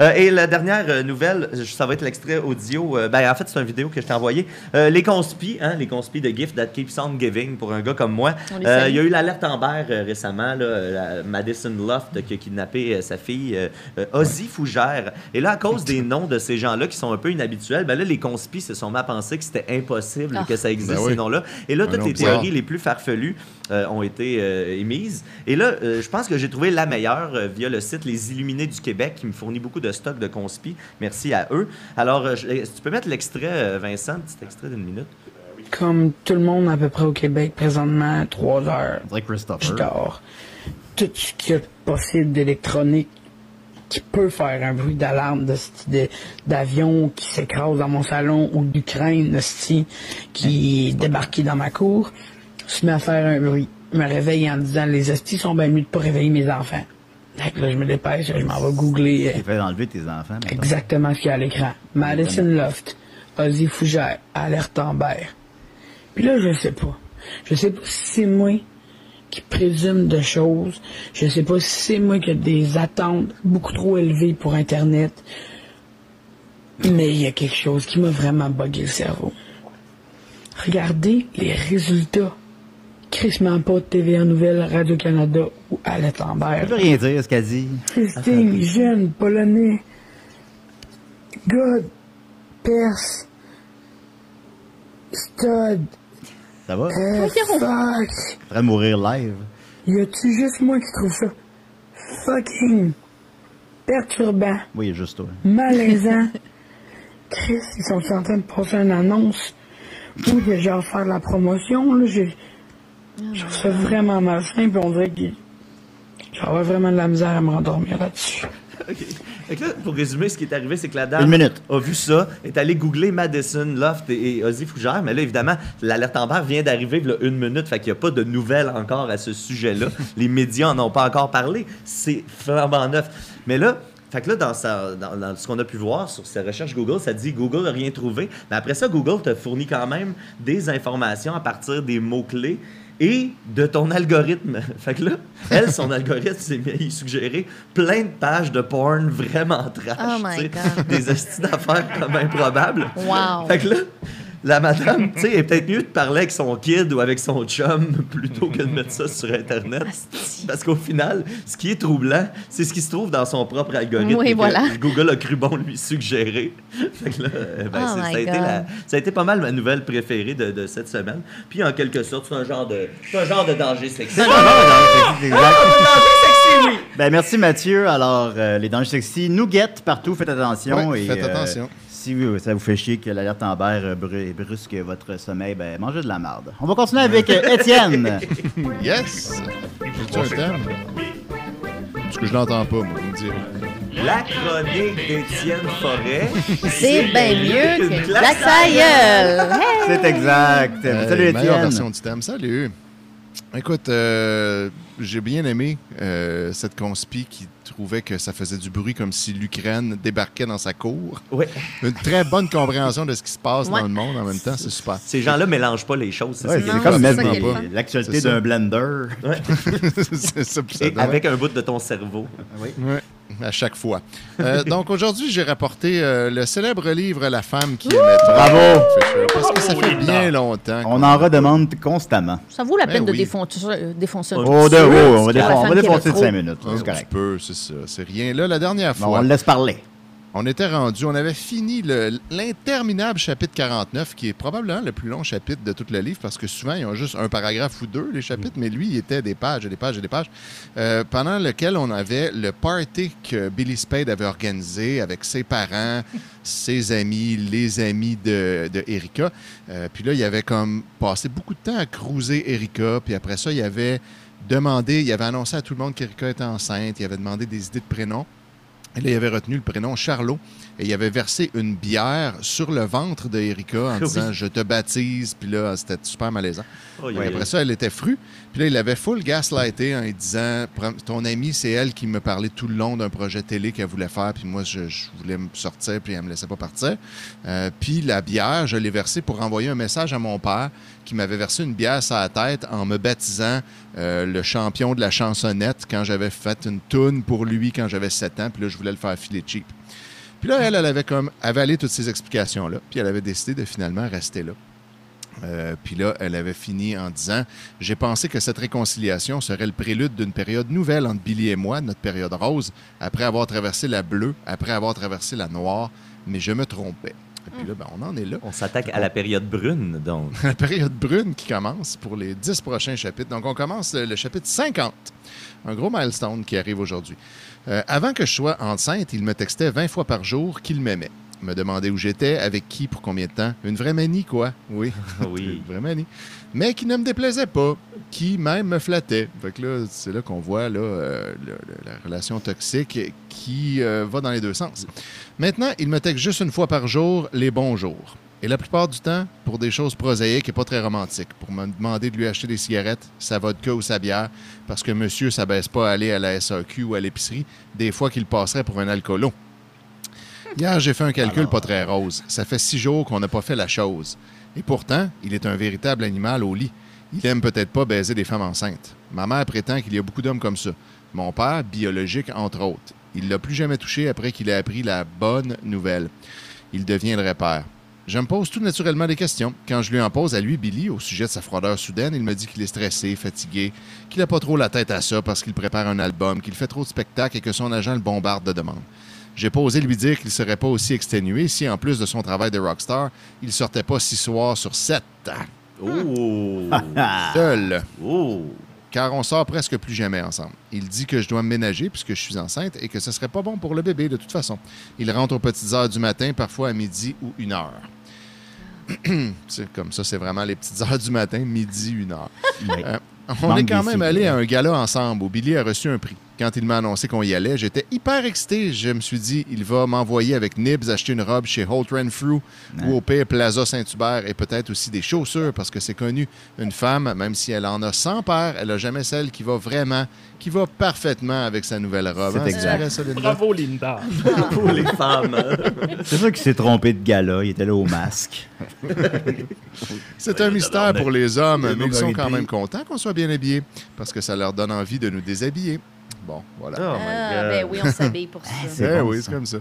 Speaker 2: Euh, et la dernière euh, nouvelle, je- ça va être l'extrait audio. euh, ben, en fait, c'est une vidéo que je t'ai envoyée. Euh, les conspis, hein, les conspis de Gift That Keeps On Giving pour un gars comme moi.
Speaker 5: On les
Speaker 2: Euh,
Speaker 5: salue.
Speaker 2: Il y a eu l'alerte Amber euh, récemment, là, euh, la Madison Loft qui a kidnappé euh, sa fille euh, euh, Ozzy Fougère. Et là, à cause
Speaker 3: (laughs)
Speaker 2: des noms de ces gens-là qui sont un peu inhabituels, ben là, les conspis se sont mis à penser que c'était impossible
Speaker 5: Ah.
Speaker 2: que ça existe,
Speaker 6: Ben oui.
Speaker 2: ces noms-là. Et là,
Speaker 6: Un
Speaker 2: toutes
Speaker 6: nom
Speaker 2: les
Speaker 6: bizarre.
Speaker 2: théories les plus farfelues euh, ont été euh, émises. Et là, euh, je pense que j'ai trouvé la meilleure euh, via le site Les Illuminés du Québec qui me fournit beaucoup de stocks de conspi. Merci à eux. Alors, euh, je- est-ce que tu peux mettre l'extrait, euh, Vincent, petit extrait d'une minute.
Speaker 8: oui.
Speaker 11: comme tout le monde à peu près au Québec présentement, trois heures.
Speaker 3: Like Christopher.
Speaker 11: Je dors. Tout ce qu'il y a de possible d'électronique qui peut faire un bruit d'alarme de sti- de- d'avion qui s'écrase dans mon salon ou d'Ukraine de sti qui est débarqué dans ma cour, se met à faire un bruit. Je me réveille en disant les estis sont bien mieux de pas réveiller mes enfants. Fait que là, je me dépêche, je m'en vais googler. euh,
Speaker 3: T'es fait enlever tes enfants. maintenant.
Speaker 11: Exactement ce qu'il y a à l'écran. Madison Loft, Ozzy Fougère, Alerte Ambert. Puis là, je sais pas. Je sais pas si c'est moi qui présume de choses. Je sais pas si c'est moi qui ai des attentes beaucoup trop élevées pour Internet. Mais il y a quelque chose qui m'a vraiment buggé le cerveau. Regardez les résultats. Chris pas de TVA Nouvelle, Radio-Canada ou Alerte Ambert.
Speaker 3: Je peux rien dire ce qu'elle dit.
Speaker 11: Christine, jeune, polonais, God, Perse, Stud,
Speaker 3: Ça va?
Speaker 11: euh, fuck,
Speaker 3: En train de mourir live.
Speaker 11: y a-tu juste moi qui trouve ça fucking perturbant,
Speaker 3: Oui, juste toi.
Speaker 11: Oh, malaisant? Chris, ils sont en train de passer une annonce ou de genre faire la promotion, là, j'ai... Je trouve ça vraiment malsain, puis on dirait que j'aurais vraiment de la misère à me rendormir là-dessus.
Speaker 2: OK. Fait que là, pour résumer, ce qui est arrivé, c'est que la dame
Speaker 3: Une minute.
Speaker 2: a vu ça, est allée googler Madison Loft et, et Ozzy Fougère, mais là, évidemment, l'alerte Amber vient d'arriver il y a une minute, fait qu'il n'y a pas de nouvelles encore à ce
Speaker 5: (laughs)
Speaker 2: sujet-là. Les médias n'en ont pas encore parlé. C'est flambant neuf. Mais là, fait que là, dans, sa- dans- dans ce qu'on a pu voir sur ses recherches Google, ça dit Google n'a rien trouvé. Mais après ça, Google te fournit quand même des informations à partir des mots-clés et de ton algorithme. (laughs) Fait que là, elle,
Speaker 5: (laughs)
Speaker 2: son algorithme, c'est il suggérait plein de pages de porn vraiment trash.
Speaker 5: Oh my
Speaker 2: tu sais,
Speaker 5: God.
Speaker 2: Des astuces d'affaires comme improbables.
Speaker 5: Wow.
Speaker 2: Fait que là, la madame, tu sais, elle est peut-être mieux de parler avec son kid ou avec son chum plutôt que de mettre ça sur Internet. Parce qu'au final, ce qui est troublant, c'est ce qui se trouve dans son propre algorithme.
Speaker 5: Oui,
Speaker 2: et que
Speaker 5: voilà.
Speaker 2: Google a cru bon lui suggérer. Fait que là, euh, ben,
Speaker 5: Oh
Speaker 2: c'est-
Speaker 5: my
Speaker 2: ça, a été
Speaker 5: God.
Speaker 2: la- ça a été pas mal ma nouvelle préférée de, de cette semaine. Puis en quelque sorte, c'est un genre de, c'est un genre de danger sexy.
Speaker 3: C'est un genre de danger sexy, exact.
Speaker 2: danger sexy, oui!
Speaker 3: Ben, merci Mathieu. Alors, euh, les dangers sexy nous guettent partout. Faites attention.
Speaker 6: Ouais,
Speaker 3: et, euh,
Speaker 6: faites attention.
Speaker 3: Si vous- ça vous fait chier que l'alerte en euh, brusque votre sommeil, ben, mangez de la marde. On va continuer avec euh, Étienne.
Speaker 6: yes! J'ai-tu un thème? Parce que je l'entends pas, moi, vous me direz.
Speaker 2: La chronique d'Étienne Forêt.
Speaker 5: C'est bien mieux
Speaker 2: qu'une
Speaker 5: que la saïeule.
Speaker 3: C'est exact.
Speaker 6: Euh,
Speaker 3: Salut
Speaker 6: meilleure version
Speaker 3: Étienne.
Speaker 6: du thème. Salut. Écoute, euh, j'ai bien aimé euh, cette conspi qui trouvait que ça faisait du bruit comme si l'Ukraine débarquait dans sa cour.
Speaker 2: Oui.
Speaker 6: Une très bonne compréhension de ce qui se passe
Speaker 5: Ouais.
Speaker 6: dans le monde en même temps, c'est super.
Speaker 2: Ces gens-là mélangent pas les choses. c'est
Speaker 3: Ouais,
Speaker 2: ça.
Speaker 3: c'est comme mettre
Speaker 5: ça qui est le
Speaker 3: les- l'actualité
Speaker 6: C'est ça.
Speaker 3: d'un blender.
Speaker 6: (laughs) c'est ça, puis ça
Speaker 2: Et
Speaker 6: donne-
Speaker 2: avec un bout de ton cerveau.
Speaker 6: Ouais, à chaque fois. Euh, donc aujourd'hui, j'ai rapporté euh, le célèbre livre La femme qui aimait trop.
Speaker 3: Bravo.
Speaker 6: Fait que, Parce que ça fait bien longtemps.
Speaker 3: On en redemande constamment.
Speaker 5: Ça vaut la
Speaker 6: Ben
Speaker 5: peine de
Speaker 6: oui.
Speaker 5: défoncer, euh, défoncer une
Speaker 3: Oh, de,
Speaker 5: petite
Speaker 3: oh, on
Speaker 5: sur
Speaker 3: va
Speaker 5: la
Speaker 3: défoncer, on
Speaker 5: femme
Speaker 3: va
Speaker 5: qui est
Speaker 3: défoncer de
Speaker 5: trop.
Speaker 3: 5 minutes.
Speaker 6: Un
Speaker 3: C'est
Speaker 6: petit
Speaker 3: correct.
Speaker 6: peu, c'est ça. C'est rien. Là, la dernière
Speaker 3: Bon, on
Speaker 6: fois,
Speaker 3: le laisse parler.
Speaker 6: on était rendu, on avait fini le- l'interminable chapitre 49, qui est probablement le plus long chapitre de tout le livre, parce que souvent, ils ont juste un paragraphe ou deux, les chapitres, mais lui, il était des pages et des pages et des pages, euh, pendant lequel on avait le party que Billy Spade avait organisé avec ses parents, ses amis, les amis de, de Erika. Euh, puis là, il avait comme passé beaucoup de temps à cruiser Erika, puis après ça, il avait demandé, il avait annoncé à tout le monde qu'Erika était enceinte, il avait demandé des idées de prénoms. Et là, il avait retenu le prénom Charlot et il avait versé une bière sur le ventre de Erika en
Speaker 2: Oui.
Speaker 6: disant Je te baptise. Puis là, c'était super malaisant.
Speaker 2: Oh,
Speaker 6: Puis
Speaker 2: yeah.
Speaker 6: Après ça, elle était frue. Puis là, il avait full gaslighté en lui disant Prom- Ton amie, c'est elle qui me parlait tout le long d'un projet télé qu'elle voulait faire. Puis moi, je, je voulais me sortir. Puis elle me laissait pas partir. Euh, puis la bière, je l'ai versée pour envoyer un message à mon père qui m'avait versé une bière sur la tête en me baptisant euh, le champion de la chansonnette quand j'avais fait une toune pour lui quand j'avais 7 ans. Puis là, je voulais le faire filer cheap. Puis là, elle, elle avait comme avalé toutes ces explications-là. Puis elle avait décidé de finalement rester là. Euh, puis là, elle avait fini en disant J'ai pensé que cette réconciliation serait le prélude d'une période nouvelle entre Billy et moi, notre période rose, après avoir traversé la bleue, après avoir traversé la noire, mais je me trompais. Et puis là, ben, on en est là.
Speaker 2: On s'attaque à la période brune, donc.
Speaker 6: (laughs) La période brune qui commence pour les 10 prochains chapitres. Donc, on commence le, le chapitre 50. Un gros milestone qui arrive aujourd'hui. Euh, avant que je sois enceinte, il me textait 20 fois par jour qu'il m'aimait. me demander où j'étais, avec qui, pour combien de temps. Une vraie manie, quoi. Oui.
Speaker 2: Oui.
Speaker 6: Une vraie manie. Mais qui ne me déplaisait pas, qui même me flattait. Fait que là, c'est là qu'on voit là, euh, le- le- la relation toxique qui euh, va dans les deux sens. Maintenant, il me texte juste une fois par jour les bons jours. Et la plupart du temps, pour des choses prosaïques et pas très romantiques, pour me demander de lui acheter des cigarettes, sa vodka ou sa bière, parce que monsieur, ça baisse pas à aller à la SAQ ou à l'épicerie, des fois qu'il passerait pour un alcoolo. Hier, j'ai fait un calcul pas très rose. Ça fait six jours qu'on n'a pas fait la chose. Et pourtant, il est un véritable animal au lit. Il aime peut-être pas baiser des femmes enceintes. Ma mère prétend qu'il y a beaucoup d'hommes comme ça. Mon père, biologique entre autres. Il l'a plus jamais touché après qu'il ait appris la bonne nouvelle. Il deviendrait père. Je me pose tout naturellement des questions. Quand je lui en pose à lui, Billy, au sujet de sa froideur soudaine, il me dit qu'il est stressé, fatigué, qu'il n'a pas trop la tête à ça parce qu'il prépare un album, qu'il fait trop de spectacles et que son agent le bombarde de demandes. J'ai pas osé lui dire qu'il serait pas aussi exténué si, en plus de son travail de rockstar, il sortait pas six soirs sur sept. Oh! (laughs) Seul. Car on sort presque plus jamais ensemble. Il dit que je dois me ménager puisque je suis enceinte et que ce serait pas bon pour le bébé de toute façon. Il rentre aux petites heures du matin, parfois à midi ou une heure. (clears throat) C'est comme ça, c'est vraiment les petites heures du matin, midi, une heure. Euh, on
Speaker 12: Manque
Speaker 6: est quand
Speaker 12: des
Speaker 6: même allé
Speaker 12: idées.
Speaker 6: à un gala ensemble où Billy a reçu un prix. Quand il m'a annoncé qu'on y allait, j'étais hyper excité. Je me suis dit, il va m'envoyer avec Nibs acheter une robe chez Holt Renfrew ou au pire Plaza Saint-Hubert et peut-être aussi des chaussures parce que c'est connu. Une femme, même si elle en a 100 paires, elle n'a jamais celle qui va vraiment, qui va parfaitement avec sa nouvelle robe.
Speaker 3: C'est
Speaker 6: Hein,
Speaker 3: exact.
Speaker 6: vrai, ça, Linda?
Speaker 7: Bravo, Linda.
Speaker 2: Pour les femmes.
Speaker 3: C'est sûr qu'il s'est trompé de gala, il était là au masque.
Speaker 6: C'est un mystère pour les hommes,
Speaker 3: Le
Speaker 6: mais ils sont
Speaker 3: Nobel
Speaker 6: quand
Speaker 3: Prix.
Speaker 6: même contents qu'on soit bien habillés parce que ça leur donne envie de nous déshabiller. Bon, voilà.
Speaker 5: Oh my Ah, God. ben oui, on s'habille pour ça.
Speaker 6: Eh
Speaker 5: C'est bon,
Speaker 6: oui,
Speaker 5: ça.
Speaker 6: c'est comme ça.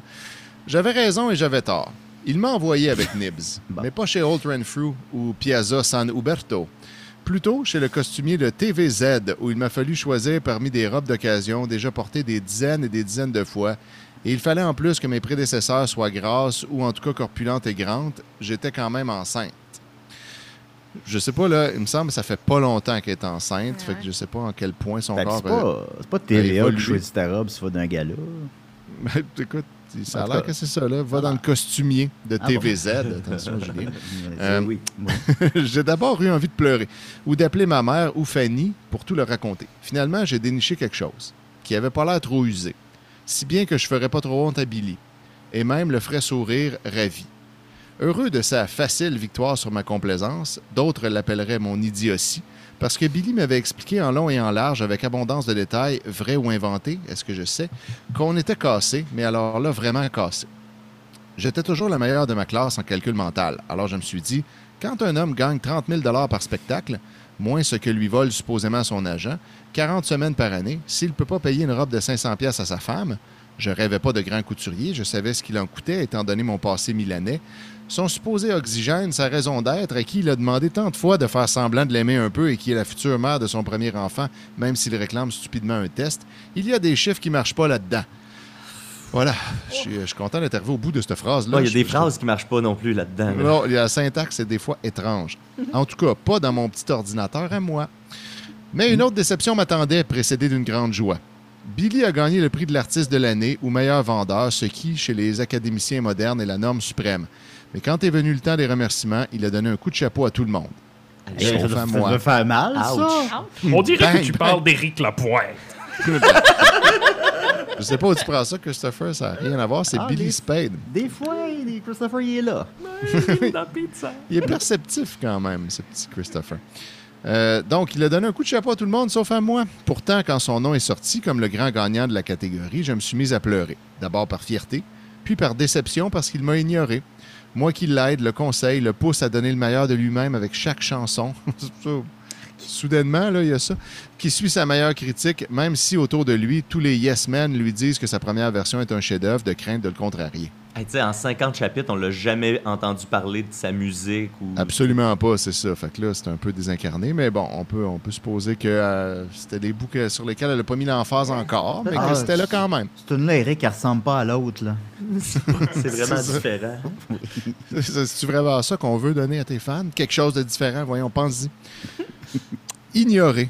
Speaker 6: J'avais raison et j'avais tort. Il m'a envoyé
Speaker 5: (laughs)
Speaker 6: avec Nibs, mais pas chez Old Renfrew ou Piazza San Uberto. Plutôt chez le costumier de TVZ, où il m'a fallu choisir parmi des robes d'occasion déjà portées des dizaines et des dizaines de fois. Et il fallait en plus que mes prédécesseurs soient grasses ou en tout cas corpulentes et grandes. J'étais quand même enceinte. Je sais pas, là, il me semble que ça fait pas longtemps qu'elle est enceinte. Fait que je sais pas en quel point son
Speaker 5: Ben,
Speaker 3: Fait que
Speaker 6: corps.
Speaker 3: C'est pas,
Speaker 6: euh,
Speaker 3: c'est pas
Speaker 6: a
Speaker 3: TVA qui
Speaker 6: évolué.
Speaker 3: choisit ta robe si tu vas d'un gala.
Speaker 6: Ben, (laughs) Écoute, ça
Speaker 3: En
Speaker 6: a
Speaker 3: tout
Speaker 6: l'air
Speaker 3: cas,
Speaker 6: que c'est ça, là. Va dans le costumier de
Speaker 3: Ah,
Speaker 6: TVZ.
Speaker 3: bon.
Speaker 6: Attention, Julien.
Speaker 3: Oui,
Speaker 6: (laughs) j'ai d'abord eu envie de pleurer ou d'appeler ma mère ou Fanny pour tout leur raconter. Finalement, j'ai déniché quelque chose qui avait pas l'air trop usé, si bien que je ferais pas trop honte à Billy et même le ferais sourire ravi. Heureux de sa facile victoire sur ma complaisance, d'autres l'appelleraient mon idiotie, parce que Billy m'avait expliqué en long et en large, avec abondance de détails, vrai ou inventé, est-ce que je sais, qu'on était cassé, mais alors là, vraiment cassé. J'étais toujours la meilleure de ma classe en calcul mental, alors je me suis dit, quand un homme gagne 30 000 par spectacle, moins ce que lui vole supposément son agent, 40 semaines par année, s'il ne peut pas payer une robe de 500 pièces à sa femme, je rêvais pas de grand couturier, je savais ce qu'il en coûtait étant donné mon passé milanais. Son supposé oxygène, sa raison d'être, à qui il a demandé tant de fois de faire semblant de l'aimer un peu et qui est la future mère de son premier enfant, même s'il réclame stupidement un test, il y a des chiffres qui marchent pas là-dedans. Voilà, je suis- je suis content d'être arrivé au bout de cette phrase-là.
Speaker 2: Non, il y a
Speaker 6: Je-
Speaker 2: des
Speaker 6: je-
Speaker 2: phrases qui marchent pas non plus là-dedans. là.
Speaker 6: non, la syntaxe est des fois étrange.
Speaker 2: Mhm.
Speaker 6: En tout cas, pas dans mon petit ordinateur à moi. Mais une autre déception m'attendait, précédée d'une grande joie. Billy a gagné le prix de l'artiste de l'année ou meilleur vendeur, ce qui, chez les académiciens modernes, est la norme suprême. Mais quand est venu le temps des remerciements, il a donné un coup de chapeau à tout le monde.
Speaker 3: Hey, ça
Speaker 6: Sauf
Speaker 3: doit-
Speaker 6: à
Speaker 3: ça
Speaker 6: moi.
Speaker 3: doit faire mal,
Speaker 7: ça. On dirait
Speaker 6: Bang,
Speaker 7: que tu
Speaker 6: bang.
Speaker 7: parles d'Éric Lapointe.
Speaker 6: Je sais pas où tu prends ça, Christopher, ça n'a rien à voir, c'est
Speaker 3: Ah,
Speaker 6: Billy
Speaker 3: les-
Speaker 6: Spade.
Speaker 3: Des fois, il- Christopher, il est là.
Speaker 6: Il est perceptif quand même, ce petit Christopher. Euh, donc, il a donné un coup de chapeau à tout le monde, sauf à moi. Pourtant, quand son nom est sorti comme le grand gagnant de la catégorie, je me suis mis à pleurer. D'abord par fierté, puis par déception parce qu'il m'a ignoré. Moi qui l'aide, le conseille, le pousse à donner le meilleur de lui-même avec chaque chanson. (laughs) Soudainement, là, il y a ça. Qui suit sa meilleure critique, même si autour de lui, tous les yes men lui disent que sa première version est un chef-d'œuvre de crainte de le contrarier.
Speaker 2: Hey, tu sais, en 50 chapitres, on l'a jamais entendu parler de sa musique ou.
Speaker 6: Absolument pas, c'est ça. Fait que là, c'est un peu désincarné, mais bon, on peut, on peut supposer que euh, c'était des bouts que- sur lesquels elle n'a pas mis l'emphase encore, mais que c'était là quand même.
Speaker 3: C'est une là, Eric, elle ressemble pas à l'autre, là.
Speaker 2: C'est vraiment
Speaker 6: C'est ça.
Speaker 2: différent.
Speaker 6: C'est- C'est-tu vraiment ça qu'on veut donner à tes fans? Quelque chose de différent, voyons, pense-y. Ignoré.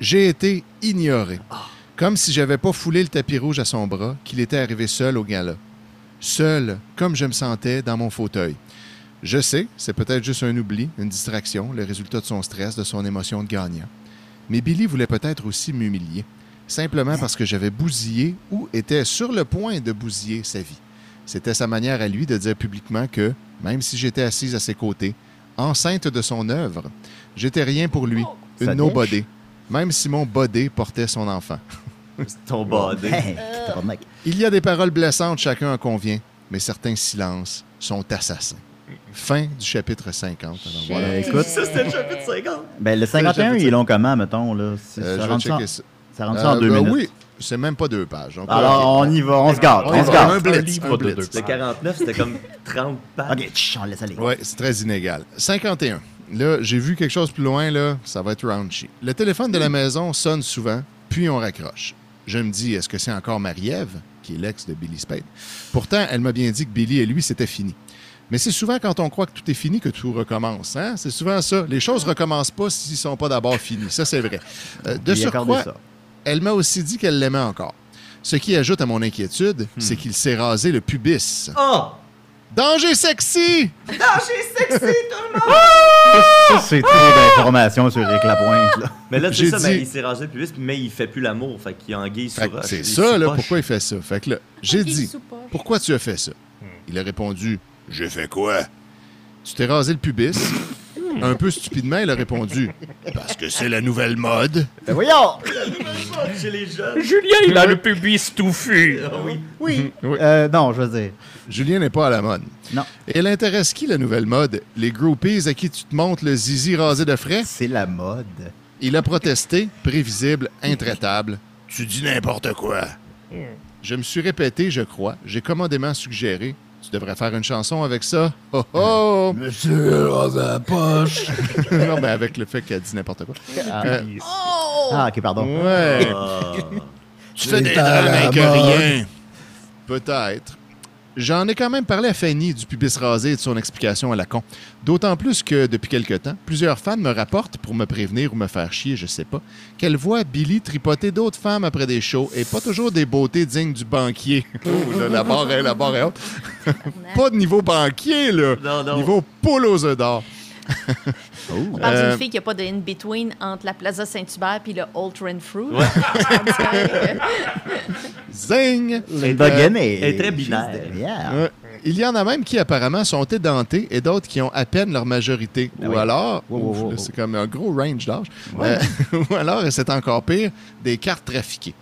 Speaker 6: J'ai été ignoré. Comme si j'avais pas foulé le tapis rouge à son bras, qu'il était arrivé seul au gala. seul, comme je me sentais dans mon fauteuil. Je sais, c'est peut-être juste un oubli, une distraction, le résultat de son stress, de son émotion de gagnant. Mais Billy voulait peut-être aussi m'humilier, simplement parce que j'avais bousillé ou était sur le point de bousiller sa vie. C'était sa manière à lui de dire publiquement que, même si j'étais assise à ses côtés, enceinte de son œuvre, j'étais rien pour lui, une
Speaker 3: Ça
Speaker 6: nobody, même si mon body portait son enfant.
Speaker 2: Ton body.
Speaker 6: Il y a des paroles blessantes, chacun en convient, mais certains silences sont assassins. Fin du chapitre 50. Alors voilà.
Speaker 3: Euh, écoute,
Speaker 2: Ça, c'était le chapitre 50.
Speaker 3: ben, le 51,
Speaker 6: j'avais
Speaker 3: ils l'ont comment, mettons? Là? Si-
Speaker 6: Euh,
Speaker 3: ça,
Speaker 6: je vais
Speaker 3: rentre ça,
Speaker 6: checker
Speaker 3: en-
Speaker 6: ça.
Speaker 3: ça rentre ça en
Speaker 6: Euh,
Speaker 3: deux
Speaker 6: ben
Speaker 3: minutes.
Speaker 6: Oui, c'est même pas deux pages. On peut-
Speaker 3: Alors, on y va, on se garde,
Speaker 6: y
Speaker 3: on se
Speaker 6: va.
Speaker 3: garde.
Speaker 6: Un blitz, un blitz.
Speaker 2: Le 49, c'était comme 30 pages.
Speaker 3: Ah, OK, tch, on laisse aller.
Speaker 6: Ouais, c'est très inégal. 51. Là, j'ai vu quelque chose plus loin, là, ça va être raunchy. Le téléphone de la maison sonne souvent, puis on raccroche. Je me dis, est-ce que c'est encore Marie-Ève, qui est l'ex de Billy Spade? Pourtant, elle m'a bien dit que Billy et lui, c'était fini. Mais c'est souvent quand on croit que tout est fini que tout recommence. Hein? C'est souvent ça. Les choses recommencent pas s'ils ne sont pas d'abord finis. Ça, c'est vrai. Euh, de
Speaker 3: Lui accorder
Speaker 6: surcroît,
Speaker 3: ça.
Speaker 6: elle m'a aussi dit qu'elle l'aimait encore. Ce qui ajoute à mon inquiétude, c'est qu'il s'est rasé le pubis.
Speaker 2: Oh!
Speaker 6: Danger sexy!
Speaker 2: Danger sexy, tout le monde!
Speaker 3: Ça, c'est trop d'informations sur Rick Lapointe. Là.
Speaker 2: Mais là, tu
Speaker 6: J'ai
Speaker 2: sais ça, mais
Speaker 6: dit-
Speaker 2: il s'est rasé le pubis, mais il fait plus l'amour. Fait qu'il anguille
Speaker 6: Fait
Speaker 2: sur
Speaker 6: que
Speaker 2: roche.
Speaker 6: C'est
Speaker 2: Il
Speaker 6: ça, là,
Speaker 2: sous-poche.
Speaker 6: pourquoi il fait ça. Fait que là, j'ai dit, pourquoi tu as fait ça? Il a répondu, j'ai fait quoi? Tu t'es rasé le pubis. Un peu stupidement, il a répondu, parce que c'est la nouvelle mode.
Speaker 3: (laughs) Ben voyons!
Speaker 2: Chez les jeunes.
Speaker 7: Julien, il a le pubis touffu.
Speaker 2: oui.
Speaker 3: Oui. Euh, non, je veux dire.
Speaker 6: Julien n'est pas à la mode.
Speaker 3: Non.
Speaker 6: Et elle intéresse qui, la nouvelle mode? Les groupies à qui tu te montres le zizi rasé de frais?
Speaker 3: C'est la mode.
Speaker 6: Il a protesté, prévisible, intraitable. Tu dis n'importe quoi. Je me suis répété, je crois. J'ai commandément suggéré. Tu devrais faire une chanson avec ça. Oh oh!
Speaker 9: Monsieur Rosa Poche.
Speaker 6: (laughs) non, mais avec le fait qu'elle dit n'importe quoi. Euh,
Speaker 3: Ah, ok, pardon.
Speaker 6: ouais. tu fais des drames avec rien. Peut-être. J'en ai quand même parlé à Fanny du pubis rasé et de son explication à la con. D'autant plus que, depuis quelque temps, plusieurs fans me rapportent, pour me prévenir ou me faire chier, je sais pas, qu'elles voient Billy tripoter d'autres femmes après des shows et pas toujours des beautés dignes du banquier. (laughs) oh, là, la barre est, la barre est haute. (laughs) pas de niveau banquier, là.
Speaker 2: Non, non.
Speaker 6: Niveau poule aux œufs d'or.
Speaker 5: On parle
Speaker 6: Euh,
Speaker 5: d'une fille qui n'a pas de in-between entre la Plaza Saint-Hubert et le Old Renfrew.
Speaker 2: Ouais.
Speaker 6: Zing!
Speaker 3: Linda
Speaker 6: Euh,
Speaker 3: est...
Speaker 2: Elle est très binaire.
Speaker 3: Yeah.
Speaker 6: Euh, il y en a même qui apparemment sont édentés et d'autres qui ont à peine leur majorité.
Speaker 3: Ah
Speaker 6: ou
Speaker 3: oui.
Speaker 6: alors,
Speaker 3: Wow, wow,
Speaker 6: ouf,
Speaker 3: wow,
Speaker 6: là,
Speaker 3: wow.
Speaker 6: c'est comme un gros range d'âge. Euh, (laughs) ou alors, et c'est encore pire, des cartes trafiquées.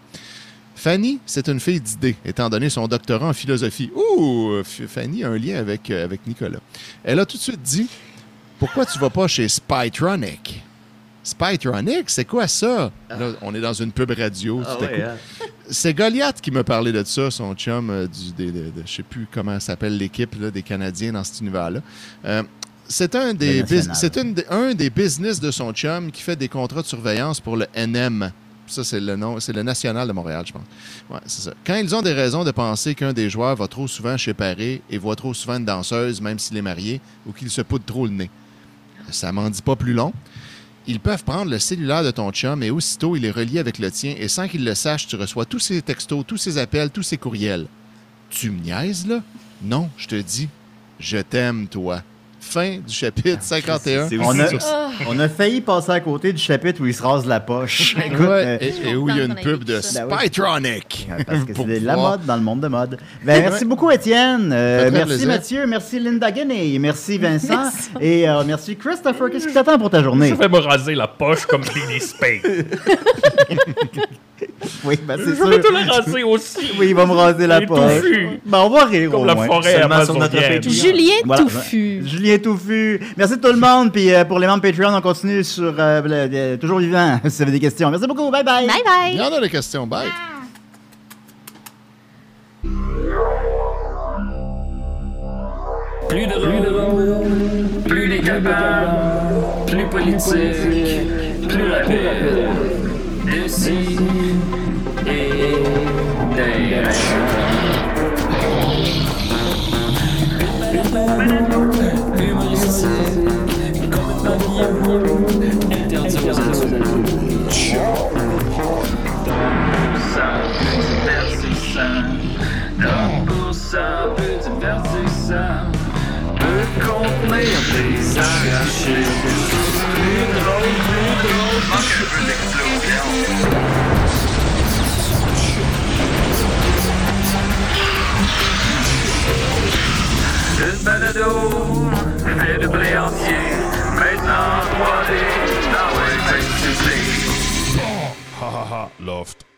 Speaker 6: Fanny, c'est une fille d'idées, étant donné son doctorat en philosophie. Ouh, F- Fanny a un lien avec, euh, avec Nicolas. Elle a tout de suite dit Pourquoi tu vas pas chez Spytronic Spytronic, c'est quoi ça Là, On est dans une pub radio.
Speaker 2: Ah
Speaker 6: tout à
Speaker 2: ouais,
Speaker 6: coup.
Speaker 2: hein.
Speaker 6: C'est Goliath qui me parlait de ça, son chum euh, du, des- des- de- je sais plus comment s'appelle l'équipe là, des Canadiens dans cet univers-là. Euh, c'est un des,
Speaker 3: Le national.
Speaker 6: bus- c'est une des- un des business de son chum qui fait des contrats de surveillance pour le NM. Ça, c'est le nom, c'est le national de Montréal, je pense. Ouais, c'est ça. Quand ils ont des raisons de penser qu'un des joueurs va trop souvent chez Paris et voit trop souvent une danseuse, même s'il est marié, ou qu'il se poudre trop le nez. Ça m'en dit pas plus long. Ils peuvent prendre le cellulaire de ton chum et aussitôt il est relié avec le tien et sans qu'il le sache, tu reçois tous ses textos, tous ses appels, tous ses courriels. Tu me niaises là? Non, je te dis, je t'aime toi. Fin du
Speaker 3: Ah,
Speaker 6: chapitre 51.
Speaker 2: c'est
Speaker 3: On
Speaker 2: aussi
Speaker 3: a,
Speaker 2: sur-
Speaker 3: on a failli passer à côté du chapitre où il se rase la poche. Écoute, euh,
Speaker 6: Ouais, et, et où il y a une
Speaker 5: Qu'on a
Speaker 6: pub de
Speaker 5: vécu ça.
Speaker 3: Ben oui.
Speaker 6: Spytronic.
Speaker 3: Parce que c'est
Speaker 6: (laughs) Pour
Speaker 3: de la
Speaker 6: pouvoir-
Speaker 3: mode dans le monde de mode. Ben, merci
Speaker 6: Ouais.
Speaker 3: beaucoup, Étienne. Euh,
Speaker 6: Ça fait très
Speaker 3: merci,
Speaker 6: plaisir.
Speaker 3: Mathieu. Merci, Linda Guinée. Merci, Vincent. Et euh, merci, Christopher. Qu'est-ce qui t'attend pour ta journée?
Speaker 7: Je vais me raser la poche comme Billy (laughs) Spade.
Speaker 3: Oui, ben,
Speaker 7: Je
Speaker 3: c'est
Speaker 7: vais te la
Speaker 3: sûr.
Speaker 7: raser aussi.
Speaker 3: Oui, il va me raser la
Speaker 7: Il est
Speaker 3: poche.
Speaker 7: touffu.
Speaker 3: Ben, on va rire
Speaker 7: Comme
Speaker 3: au
Speaker 7: la
Speaker 3: moins.
Speaker 7: forêt
Speaker 2: Seulement sur notre
Speaker 7: amazonienne.
Speaker 2: Patreon.
Speaker 5: Julien
Speaker 3: Voilà.
Speaker 5: Touffu.
Speaker 3: Julien Touffu. Merci tout le monde. Puis euh, pour les membres Patreon, on continue sur euh, le- le- Toujours Vivant (laughs) si vous avez des questions. Merci beaucoup. Bye bye.
Speaker 5: Bye
Speaker 6: Il
Speaker 5: bye.
Speaker 6: y en a des questions bêtes.
Speaker 1: Plus de rôle, plus décapable, plus politique, plus rapide. D'ici et d'ailleurs. Humoristique, comme un avion, interdit aux adultes. Dans ça, merci ça, dans pour ça, petit sourire des arrachés. Plus drôle, plus drôle. Manque un peu d'explosion. Une balado fait de blé entier. Ah Maintenant 3D dans le Bon.
Speaker 7: Ha ha ha, Loft.